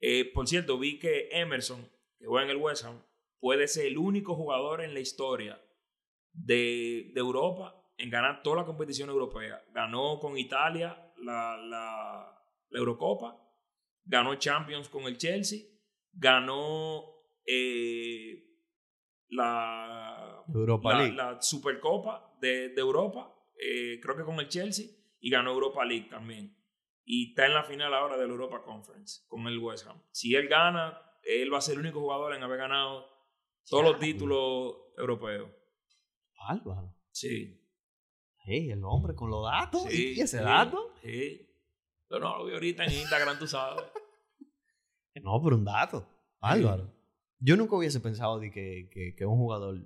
S2: Eh, por cierto, vi que Emerson, que juega en el West Ham, puede ser el único jugador en la historia de, de Europa en ganar toda la competición europea. Ganó con Italia la, la- la Eurocopa, ganó Champions con el Chelsea, ganó eh, la,
S1: Europa
S2: la,
S1: League.
S2: la Supercopa de, de Europa, eh, creo que con el Chelsea, y ganó Europa League también. Y está en la final ahora de la Europa Conference con el West Ham. Si él gana, él va a ser el único jugador en haber ganado todos
S1: Diablo.
S2: los títulos europeos.
S1: Bárbaro.
S2: Sí.
S1: Ey, el hombre con los datos.
S2: sí,
S1: ¿Y ese
S2: sí,
S1: dato?
S2: Sí. Yo no lo vi ahorita en Instagram,
S1: [laughs]
S2: tú sabes.
S1: No, pero un dato. Bárbaro. Yo nunca hubiese pensado de que, que- que un jugador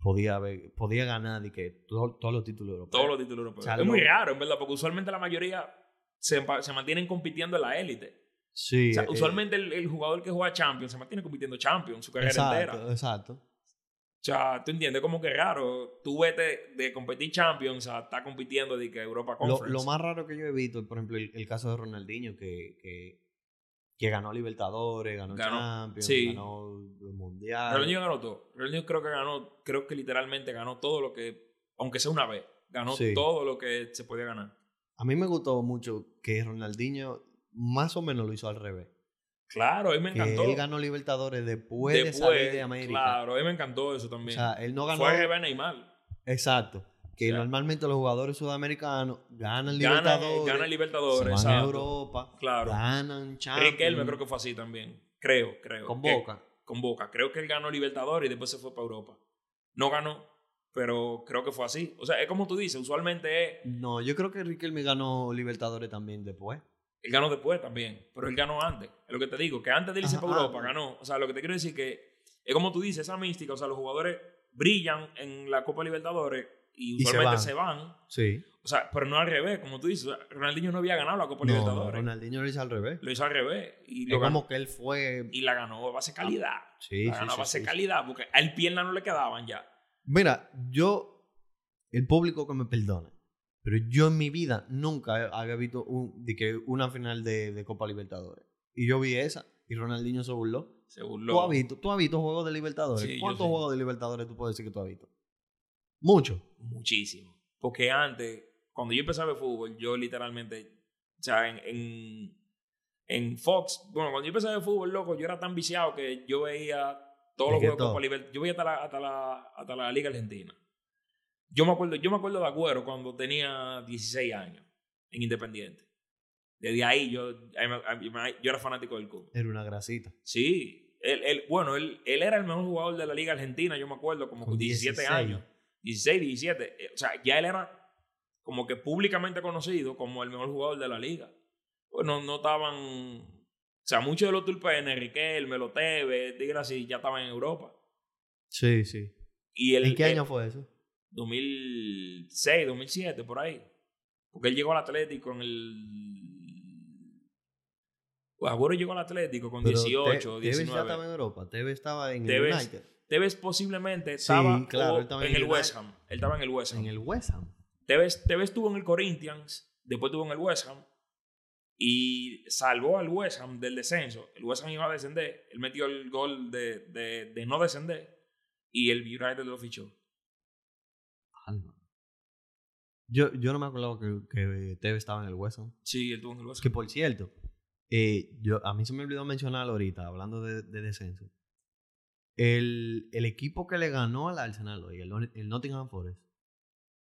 S1: podía, haber- podía ganar de que todo- todos los títulos europeos.
S2: Todos los títulos europeos.
S1: Chalo.
S2: Es muy raro, en verdad, porque usualmente la mayoría se, empa- se mantienen compitiendo en la élite.
S1: Sí.
S2: O sea,
S1: eh,
S2: usualmente el, el jugador que juega Champions se mantiene compitiendo Champions su carrera entera.
S1: Exacto, exacto.
S2: O sea, tú entiendes como que es raro. Tú vete de competir Champions a estar compitiendo de que Europa
S1: Lo,
S2: Conference.
S1: lo más raro que yo he visto es, por ejemplo, el, el caso de Ronaldinho, que, que, que ganó Libertadores, ganó,
S2: Ganó,
S1: Champions,
S2: sí.
S1: ganó el Mundial.
S2: Ronaldinho ganó todo. Ronaldinho creo que ganó, creo que literalmente ganó todo lo que, aunque sea una vez, ganó
S1: Sí.
S2: todo lo que se podía ganar.
S1: A mí me gustó mucho que Ronaldinho más o menos lo hizo al revés.
S2: Claro, a mí me
S1: Que
S2: encantó.
S1: él ganó Libertadores después,
S2: Después,
S1: de salir de América.
S2: Claro, a mí me encantó eso
S1: O
S2: también.
S1: sea, él no ganó.
S2: Fue al revés de Neymar.
S1: Exacto. Que
S2: O sea,
S1: normalmente los jugadores sudamericanos ganan
S2: Gana, eh,
S1: Libertadores,
S2: gana
S1: se
S2: Libertadores,
S1: van a
S2: exacto.
S1: Europa,
S2: Claro.
S1: ganan Champions.
S2: Riquelme creo que fue así también. Creo, creo.
S1: con
S2: Que-
S1: Boca.
S2: con Boca. Creo que él ganó Libertadores y después se fue para Europa. No ganó, pero creo que fue así. O sea, es como tú dices, usualmente es-
S1: No, yo creo que Riquelme ganó Libertadores también después.
S2: él ganó después también, pero él ganó antes. Es lo que te digo, que antes de irse
S1: Ajá,
S2: para
S1: ah,
S2: Europa ganó. O sea, lo que te quiero decir que es como tú dices, esa mística, o sea, los jugadores brillan en la Copa Libertadores y
S1: Y se
S2: usualmente
S1: van.
S2: se van.
S1: Sí.
S2: O sea, pero no al revés, como tú dices. O sea, Ronaldinho no había ganado la Copa
S1: No, no,
S2: Libertadores.
S1: Ronaldinho lo hizo al revés.
S2: Lo hizo al revés y,
S1: Es
S2: lo ganó,
S1: como que él fue. Ah,
S2: y la ganó a base de calidad.
S1: Sí, sí,
S2: la ganó a
S1: sí,
S2: base
S1: sí,
S2: de
S1: sí.
S2: calidad, porque a él piernas no le quedaban ya.
S1: Mira, yo. El público que me perdone. Pero yo en mi vida nunca había visto un- de que una final de, de Copa Libertadores. Y yo vi esa. Y Ronaldinho se burló.
S2: Se burló.
S1: ¿Tú, has visto, ¿Tú has visto juegos de Libertadores?
S2: Sí, yo
S1: ¿Cuántos
S2: sí.
S1: juegos de Libertadores tú puedes decir que tú has visto? Muchos.
S2: Muchísimo. Porque antes, cuando yo empezaba el fútbol, yo literalmente, o sea, en, en, en Fox, bueno, cuando yo empezaba el fútbol, loco, yo era tan viciado que yo veía todos
S1: De
S2: los
S1: que
S2: juegos de
S1: todo.
S2: Copa Libertadores. Yo veía hasta la, hasta, la, hasta la Liga Argentina. Yo me acuerdo, yo me acuerdo de Agüero cuando tenía 16 años en Independiente. Desde ahí yo, ahí me- ahí me- yo era fanático del club.
S1: Era una grasita.
S2: Sí, él, él- bueno, él, él era el mejor jugador de la Liga Argentina, yo me acuerdo, como
S1: Con
S2: con 17
S1: 16.
S2: años. 16, 17. eh, O sea, ya él era como que públicamente conocido como el mejor jugador de la liga. Pues no, no estaban. O sea, muchos de los tulpenes, Riquel, Meloteve, Tigre así, ya estaban en Europa.
S1: Sí, sí.
S2: Y eh, el,
S1: ¿En qué
S2: el
S1: año fue eso?
S2: 2006, 2007, por ahí. Porque él llegó al Atlético en el. Pues Agüero llegó al Atlético con
S1: Pero
S2: 18,
S1: Te- Tevez ya
S2: 19.
S1: estaba en Europa. Tevez estaba en el
S2: Tevez
S1: United.
S2: Tevez posiblemente estaba
S1: Sí, claro,
S2: o
S1: él también
S2: en el
S1: era-
S2: West Ham. Él estaba en el West Ham.
S1: En el West Ham.
S2: Tevez, Tevez estuvo en el Corinthians, después estuvo en el West Ham y salvó al West Ham del descenso. El West Ham iba a descender, él metió el gol de, de, de no descender y el United lo fichó.
S1: Alma. Yo, yo no me acordaba que, que Tevez estaba en el West Ham.
S2: Sí, él estuvo en el West
S1: Que
S2: Ham.
S1: por cierto, eh, yo, a mí se me olvidó mencionar ahorita, hablando de, de descenso. El, el equipo que le ganó al Arsenal hoy, el, el Nottingham Forest,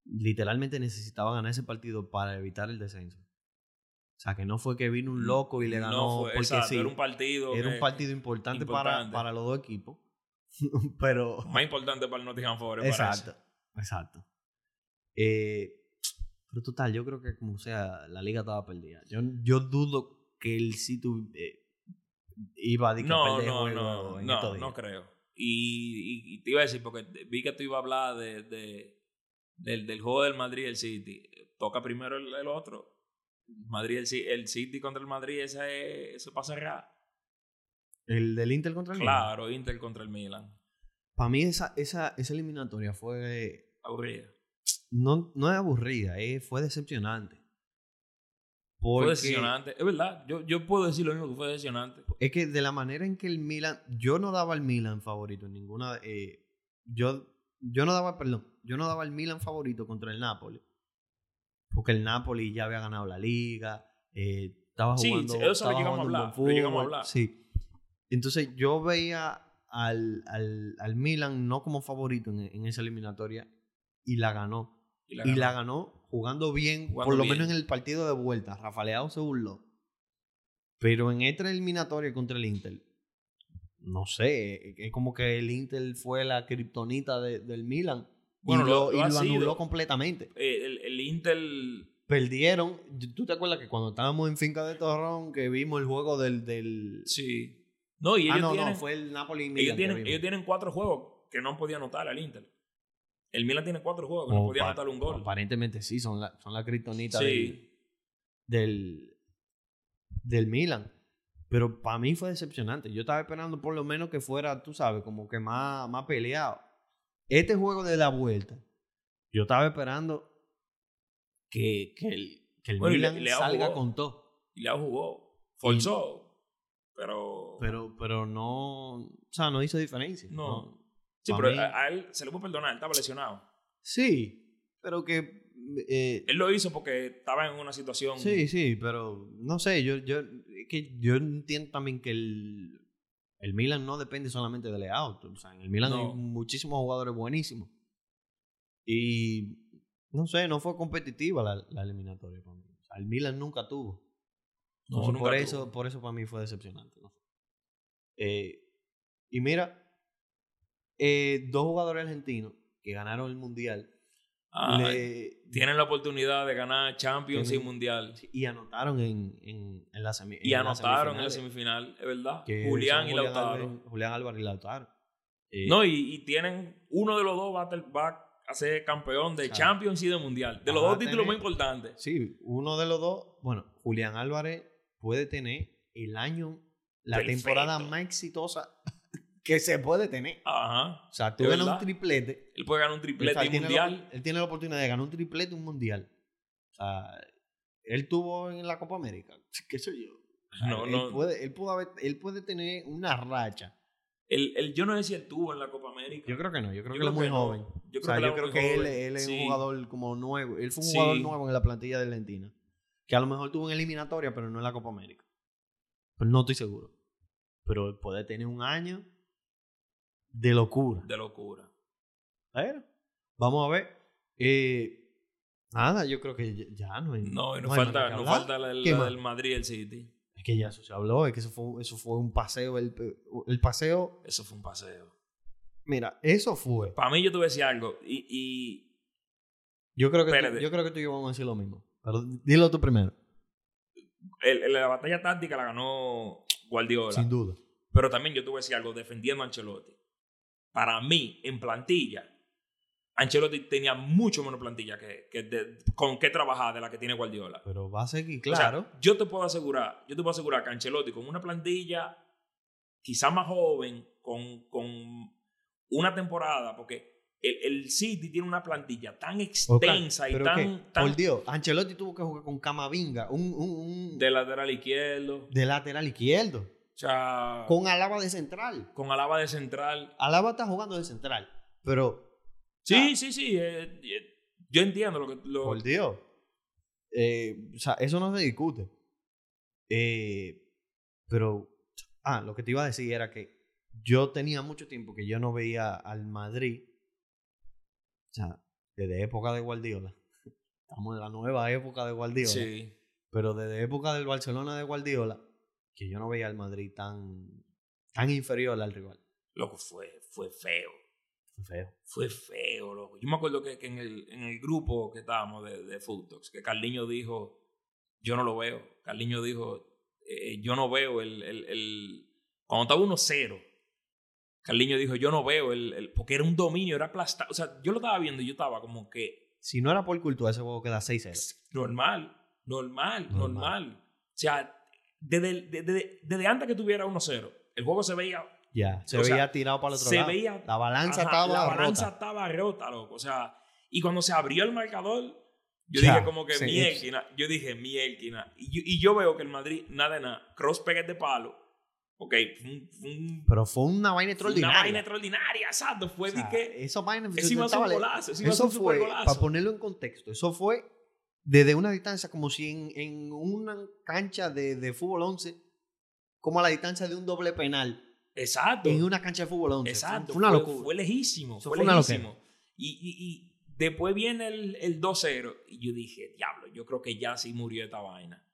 S1: literalmente necesitaba ganar ese partido para evitar el descenso. O sea, que no fue que vino un loco y le ganó
S2: Mm, No fue-
S1: porque
S2: exacto,
S1: sí.
S2: era un partido.
S1: Era
S2: que-
S1: un partido importante, Para,
S2: importante.
S1: para los dos equipos. [laughs] Pero.
S2: más importante para el Nottingham Forest.
S1: Exacto,
S2: parece.
S1: exacto. Eh, pero total, yo creo que como sea, la liga estaba perdida. Yo, yo dudo que el City eh, iba a decir que
S2: No,
S1: perder
S2: no,
S1: juego
S2: no,
S1: en
S2: no,
S1: estos días.
S2: no creo. Y, y- y te iba a decir, porque vi que tú ibas a hablar de, de- del, del juego del Madrid y el City. Toca primero el, el otro. Madrid, el, Ci- el City contra el Madrid, esa es- eso pasa cerrar.
S1: Ah, El del Inter contra el Milan.
S2: Claro, Inter contra el Milan.
S1: Para mí esa, esa, esa eliminatoria fue...
S2: Aburrida.
S1: No, no es aburrida, eh, fue decepcionante.
S2: Fue
S1: Porque
S2: decepcionante. Es verdad, yo, yo puedo decir lo mismo que fue decepcionante.
S1: es que de la manera en que el Milan... Yo no daba al Milan favorito en ninguna... eh, yo, yo no daba, perdón, yo no daba al Milan favorito contra el Napoli. Porque el Napoli ya había ganado la liga, eh, estaba
S2: Sí,
S1: jugando,
S2: sí, eso lo
S1: estaba
S2: llegamos a
S1: jugando un
S2: hablar,
S1: buen
S2: lo llegamos a
S1: fútbol,
S2: hablar.
S1: Sí. Entonces yo veía al, al, al Milan no como favorito en, en esa eliminatoria y la ganó.
S2: Y la
S1: y
S2: ganó.
S1: la ganó jugando bien,
S2: Jugando
S1: por lo
S2: bien.
S1: menos en el partido de vuelta. Rafaleado se burló. Pero en esta eliminatoria contra el Inter, no sé, es- es como que el Inter fue la kriptonita de- del Milan.
S2: Bueno,
S1: y
S2: lo-
S1: lo,
S2: lo
S1: y
S2: ha
S1: lo
S2: sido.
S1: anuló completamente.
S2: Eh, el, el Inter.
S1: Perdieron. ¿Tú te acuerdas que cuando estábamos en Finca de Torrón, que vimos el juego del... del...
S2: Sí. No, y ellos
S1: ah, no,
S2: tienen.
S1: no, fue el Napoli y
S2: Ellos
S1: Milan que
S2: tienen,
S1: vimos.
S2: ellos tienen cuatro juegos que no han podido anotar al Inter. El Milan tiene cuatro juegos que no
S1: Como
S2: podía
S1: Oh, pa-
S2: anotar un gol.
S1: Aparentemente sí, son la, son la kriptonita del,
S2: sí.
S1: del, del Milan. Pero para mí fue decepcionante. Yo estaba esperando por lo menos que fuera, tú sabes, como que más, más peleado. Este juego de la vuelta, yo estaba esperando que, que el, que el
S2: Bueno, y le-
S1: Milan
S2: y Leao
S1: salga
S2: jugó.
S1: con todo.
S2: Y la jugó. Forzó. Pero.
S1: Pero, pero no, o sea, no hizo diferencia.
S2: No.
S1: No.
S2: sí,
S1: pa'
S2: pero
S1: mí-
S2: a, a él se le puede perdonar. Él estaba lesionado.
S1: Sí, pero que... eh,
S2: Él lo hizo porque estaba en una situación.
S1: Sí, sí, pero no sé, yo, yo, es que yo entiendo también que el, el Milan no depende solamente de Leao. O sea, en el Milan
S2: No.
S1: hay muchísimos jugadores buenísimos. Y no sé, no fue competitiva la, la eliminatoria para mí. O sea, el Milan nunca tuvo.
S2: No,
S1: Entonces,
S2: nunca
S1: por,
S2: tuvo.
S1: Eso, por eso para mí fue decepcionante. ¿no? Eh, y mira, eh, dos jugadores argentinos que ganaron el Mundial
S2: Ah,
S1: le-
S2: Tienen la oportunidad de ganar Champions
S1: Tienen-
S2: y Mundial.
S1: y anotaron en, en, en la semi-
S2: Y
S1: en las
S2: anotaron en la
S1: semifinales.
S2: semifinal, es verdad.
S1: que
S2: Julián
S1: son
S2: y Lautaro.
S1: Álvarez- Julián Álvarez y Lautaro. Eh,
S2: No, y, y tienen uno de los dos va a, ter- va a ser campeón de
S1: Claro.
S2: Champions y de Mundial. De los
S1: Van a
S2: dos títulos más
S1: tener-
S2: importantes.
S1: Sí, uno de los dos. Bueno, Julián Álvarez puede tener el año, la
S2: Perfecto.
S1: temporada más exitosa [laughs] que se puede tener.
S2: Ajá.
S1: O sea, tú
S2: Es
S1: ganas un
S2: verdad.
S1: triplete.
S2: Él puede ganar un
S1: o sea,
S2: triplete y
S1: él, tiene la,
S2: mundial.
S1: él tiene la oportunidad de ganar un triplete y un mundial. O sea, él tuvo en la Copa América. [laughs] ¿Qué soy yo? O sea,
S2: [laughs] No,
S1: él,
S2: no.
S1: Puede, él, pudo haber- él puede tener una racha.
S2: Él- él- yo no sé si él tuvo en la Copa América.
S1: Yo creo que no, yo creo
S2: Yo
S1: que él es muy
S2: no.
S1: joven.
S2: Yo
S1: O sea,
S2: creo
S1: yo
S2: que,
S1: creo que él, él es un
S2: un
S1: jugador como nuevo. Él fue un
S2: Sí.
S1: jugador nuevo en la plantilla de Argentina. Que a lo mejor tuvo en eliminatoria, pero no en la Copa América. Pero no estoy seguro. Pero él puede tener un año de locura.
S2: De locura.
S1: Pero vamos a ver. Eh, nada, yo creo que ya, ya no hay.
S2: No,
S1: no Mm. hay
S2: y nos
S1: más
S2: falta,
S1: que
S2: nos
S1: hablar.
S2: falta la, la
S1: ¿Qué más?
S2: del Madrid y el City.
S1: Es que ya eso se habló, es que eso fue, eso fue un paseo. El, el paseo.
S2: Eso fue un paseo.
S1: Mira, eso fue.
S2: Para mí, yo te voy a decir algo. Y, y
S1: Yo creo que, tú,
S2: Espérate.
S1: yo creo que tú y yo vamos a decir lo mismo. Pero dilo tú primero.
S2: El- la batalla táctica la ganó Guardiola.
S1: Sin duda.
S2: Pero también yo tuve que decir algo defendiendo a Ancelotti. Para mí, en plantilla, Ancelotti tenía mucho menos plantilla que, que de- con qué trabajar de la que tiene Guardiola.
S1: Pero va a seguir,
S2: O sea,
S1: claro.
S2: yo te puedo asegurar, yo te puedo asegurar que Ancelotti con una plantilla quizá más joven, con, con una temporada, porque el, el City tiene una plantilla tan
S1: Ok,
S2: extensa y
S1: pero
S2: tan,
S1: que,
S2: tan
S1: Por Dios, Ancelotti tuvo que jugar con Camavinga, un, un- un- de,
S2: de lateral izquierdo.
S1: lateral izquierdo,
S2: O sea, con,
S1: con Alaba de central.
S2: Alaba de central.
S1: Alaba está jugando de central, pero
S2: Sí, sí, sí. eh, eh, yo entiendo lo que. Lo,
S1: por Dios, eh, o sea, eso no se discute. Eh, pero, ah, lo que te iba a decir era que yo tenía mucho tiempo que yo no veía al Madrid, o sea, desde época de Guardiola. [laughs] Estamos en la nueva época de Guardiola.
S2: sí.
S1: Pero desde época del Barcelona de Guardiola, que yo no veía al Madrid tan, tan inferior al rival.
S2: Loco, fue, fue feo.
S1: Fue Feo.
S2: Fue feo, loco. Yo me acuerdo que, que en, el, en el grupo que estábamos de, de Food Talks, que Carliño dijo, yo no lo veo. Carliño dijo, eh, yo no veo el... el, el- Cuando estaba 1-0, Carliño dijo, yo no veo el, el... Porque era un dominio, era aplastado. O sea, yo lo estaba viendo y yo estaba como que...
S1: Si no era por cultura, ese juego queda 6-0.
S2: Normal, normal, normal.
S1: Normal.
S2: O sea, desde, el- desde, desde antes que tuviera 1-0, el juego se veía
S1: Ya, se
S2: O sea,
S1: veía tirado para el otro
S2: se
S1: lado.
S2: veía-
S1: la balanza
S2: Ajá,
S1: estaba
S2: la balanza
S1: rota.
S2: estaba rota, loco. O sea, y cuando se abrió el marcador, yo
S1: Ya,
S2: dije como que
S1: sí.
S2: mielquina. Yo dije mielquina. Y yo, y yo veo que el Madrid, nada de nada, cross pegues de palo. Ok, fue un- fue un-
S1: Pero fue una vaina
S2: fue una
S1: extraordinaria.
S2: vaina extraordinaria, exacto. Fue
S1: O sea,
S2: de que
S1: esa vaina
S2: eso iba a ser un
S1: estaba-
S2: golazo, eso iba a ser
S1: Eso
S2: un super
S1: fue,
S2: golazo.
S1: para ponerlo en contexto, eso fue desde una distancia como si en, en una cancha de, de fútbol 11, como a la distancia de un doble penal,
S2: Exacto.
S1: en una cancha de fútbol 11.
S2: Exacto.
S1: Fue una
S2: fue-
S1: locura.
S2: Fue lejísimo.
S1: Eso
S2: fue
S1: fue una
S2: lejísimo. Y, y- y después viene el, el 2-0. Y yo dije, diablo, yo creo que ya sí murió esta vaina.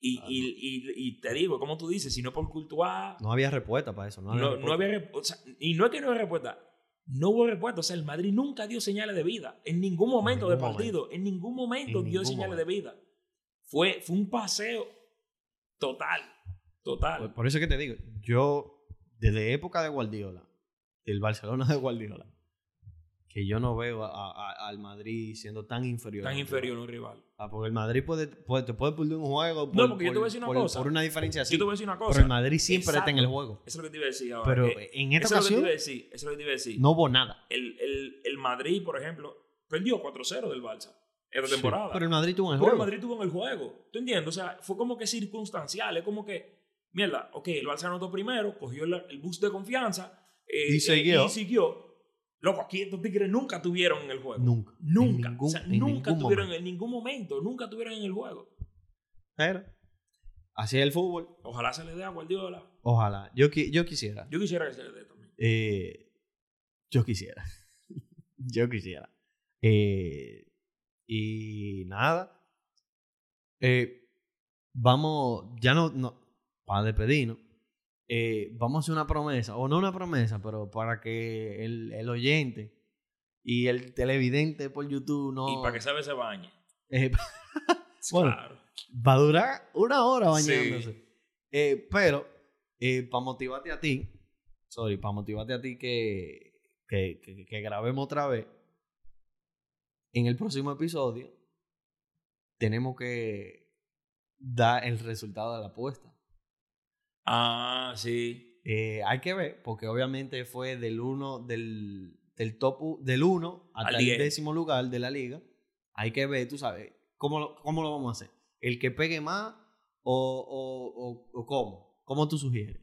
S2: Y,
S1: Ah,
S2: y, y- y te digo, como tú dices, si no por Courtois,
S1: No había respuesta para eso. No había
S2: no,
S1: respuesta.
S2: no había rep- o sea, y no es que no había respuesta. No hubo respuesta. O sea, el Madrid nunca dio señales de vida. En ningún momento del
S1: ningún
S2: partido. En ningún momento
S1: En
S2: dio
S1: ningún
S2: señales de vida. Fue, fue un paseo total.
S1: Por-
S2: Total.
S1: Por eso que te digo, yo, desde época de Guardiola, del Barcelona [laughs] de Guardiola, que yo no veo a- a- a- al Madrid siendo tan inferior.
S2: Tan inferior a un rival.
S1: Ah, porque el Madrid puede, puede- te puede perder un juego por,
S2: porque yo te voy a decir una
S1: por-
S2: cosa.
S1: por una diferencia así.
S2: Yo te voy a decir una cosa.
S1: pero el Madrid siempre
S2: Exacto.
S1: está en el juego.
S2: Eso es lo que te iba a decir ahora.
S1: Pero
S2: que-
S1: en esta
S2: eso es lo que te
S1: ocasión
S2: iba a decir. Eso es lo que te iba a decir.
S1: no hubo nada.
S2: El, el, el Madrid, por ejemplo, perdió 4-0 del Barça esta
S1: Sí,
S2: temporada.
S1: Pero el Madrid tuvo en el
S2: Pero el
S1: juego.
S2: Madrid tuvo en el juego. ¿Tú entiendes? O sea, fue como que circunstancial. Es como que, mierda, ok, el Barça anotó primero, cogió el, el boost de confianza. eh,
S1: Y
S2: eh,
S1: siguió.
S2: y siguió. Loco, aquí estos tigres nunca tuvieron en el juego.
S1: Nunca.
S2: Nunca.
S1: En ningún-
S2: O sea,
S1: en
S2: nunca
S1: ningún
S2: tuvieron
S1: momento.
S2: en ningún momento. Nunca tuvieron en el juego.
S1: Pero así es el fútbol.
S2: Ojalá se le dé a Guardiola.
S1: Ojalá. Yo, qui- yo quisiera.
S2: Yo quisiera que se le dé también.
S1: Eh, yo quisiera. [laughs] yo quisiera. Eh, y nada. Eh, vamos, ya no, no para despedirnos. eh, vamos a hacer una promesa, o no una promesa, pero para que el, el oyente y el televidente por YouTube no...
S2: Y para que sabe se bañe.
S1: [laughs] eh, Bueno,
S2: Claro.
S1: va a durar una hora
S2: Sí.
S1: bañándose. Eh, pero, para motivarte a ti, sorry, para motivarte a ti que, que, que- que grabemos otra vez, en el próximo episodio tenemos que dar el resultado de la apuesta.
S2: Ah, sí.
S1: Eh, hay que ver, porque obviamente fue del 1 del, del top u- del 1 hasta el
S2: diez.
S1: décimo lugar de la liga. Hay que ver, tú sabes, cómo lo, cómo lo vamos a hacer. ¿El que pegue más o, o, o- o cómo? ¿Cómo tú sugieres?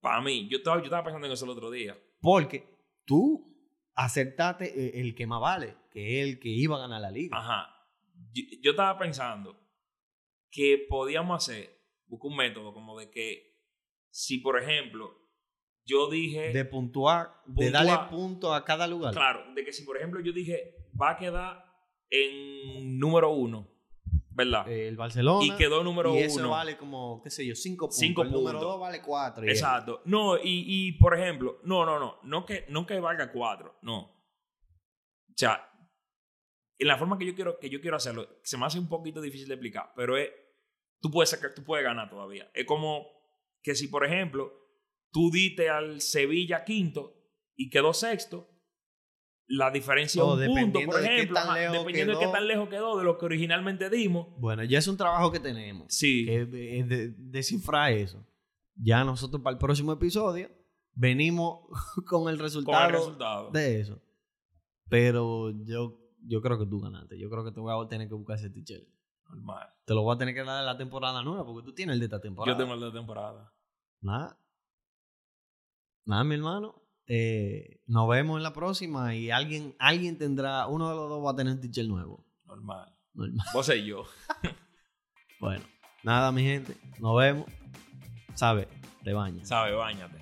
S2: Para mí, yo estaba, yo estaba pensando en eso el otro día.
S1: Porque tú aceptaste eh, el que más vale, que es el que iba a ganar la liga.
S2: Ajá. Yo, yo estaba pensando que podíamos hacer, buscar un método como de que, si por ejemplo, yo dije,
S1: De puntuar, de
S2: eh, Puntuar.
S1: darle punto a cada lugar.
S2: claro, de que si por ejemplo yo dije, va a quedar en número uno, ¿verdad?
S1: Eh, El Barcelona.
S2: y quedó número
S1: y ese
S2: uno.
S1: vale como, qué sé yo, 5 puntos.
S2: Cinco
S1: el número
S2: puntos.
S1: 2 vale 4.
S2: Exacto. No, y, y, por ejemplo, no, no, no. No que, no que valga cuatro. No. O sea, en la forma que yo quiero, que yo quiero hacerlo, se me hace un poquito difícil de explicar, pero es, tú, puedes sacar, tú puedes ganar todavía. Es como que si, por ejemplo, tú diste al Sevilla quinto y quedó sexto, la diferencia
S1: Oh,
S2: es un punto,
S1: dependiendo de
S2: por
S1: qué
S2: ejemplo,
S1: tan
S2: ajá,
S1: lejos
S2: dependiendo de qué
S1: quedó.
S2: tan lejos quedó de lo que originalmente dimos.
S1: Bueno, ya es un trabajo que tenemos.
S2: Sí,
S1: que eh, de- descifrar eso. Ya nosotros para el próximo episodio venimos [laughs] con el
S2: con
S1: resultado,
S2: el resultado.
S1: de eso. Pero yo, yo creo que tú ganaste. Yo creo que te voy a tener que buscar ese tichel.
S2: Normal.
S1: Te lo voy a tener que dar en la temporada nueva porque tú tienes el de esta temporada.
S2: Yo tengo el de temporada.
S1: Nada. Nada, mi hermano. Eh, nos vemos en la próxima y alguien, alguien tendrá, uno de los dos va a tener un tichel nuevo. [laughs]
S2: Normal.
S1: Normal.
S2: Vos y yo.
S1: Bueno, nada, mi gente. Nos vemos. Sabe, te bañas.
S2: Sabe, bañate.